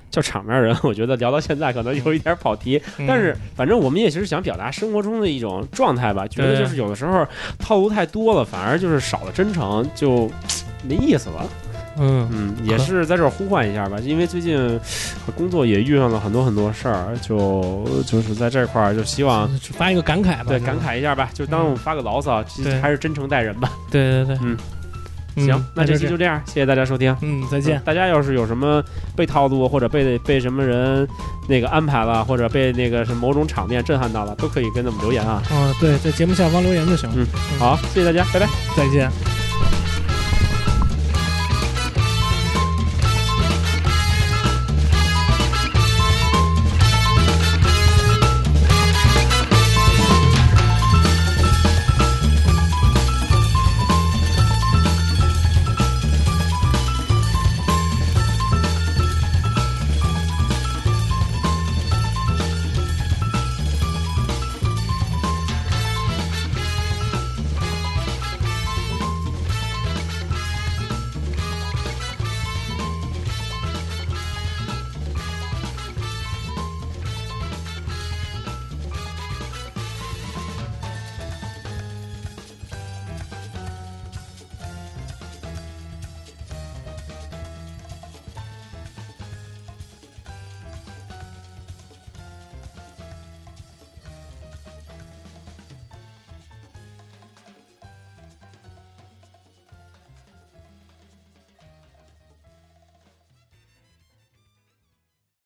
Speaker 2: 叫场面人，我觉得聊到现在可能有一点跑题，
Speaker 1: 嗯
Speaker 2: 但是反正我们也其实想表达生活中的一种状态吧，觉得
Speaker 1: 对
Speaker 2: 就是有的时候套路太多了，反而就是少了真诚，就没意思了。
Speaker 1: 嗯
Speaker 2: 嗯，也是在这儿呼唤一下吧，因为最近呃工作也遇上了很多很多事儿，就就是在这块儿就希望
Speaker 1: 就嗯发一个感慨吧，就
Speaker 2: 对
Speaker 1: 是
Speaker 2: 感慨一下吧，就当我们发个牢骚，其
Speaker 1: 嗯
Speaker 2: 实
Speaker 1: 对
Speaker 2: 还是真诚待人吧。
Speaker 1: 对对对，
Speaker 2: 嗯
Speaker 1: 嗯，
Speaker 2: 行，那
Speaker 1: 就
Speaker 2: 这期就
Speaker 1: 样，
Speaker 2: 这样，谢谢大家收听。
Speaker 1: 嗯，再见
Speaker 2: 嗯。大家要是有什么被套路或者被被什么人那个安排了，或者被那个什么某种场面震撼到了，都可以跟我们留言啊。
Speaker 1: 哦嗯，对，在节目下方留言就行了。
Speaker 2: 嗯好，谢谢大家，拜拜。
Speaker 1: 再见。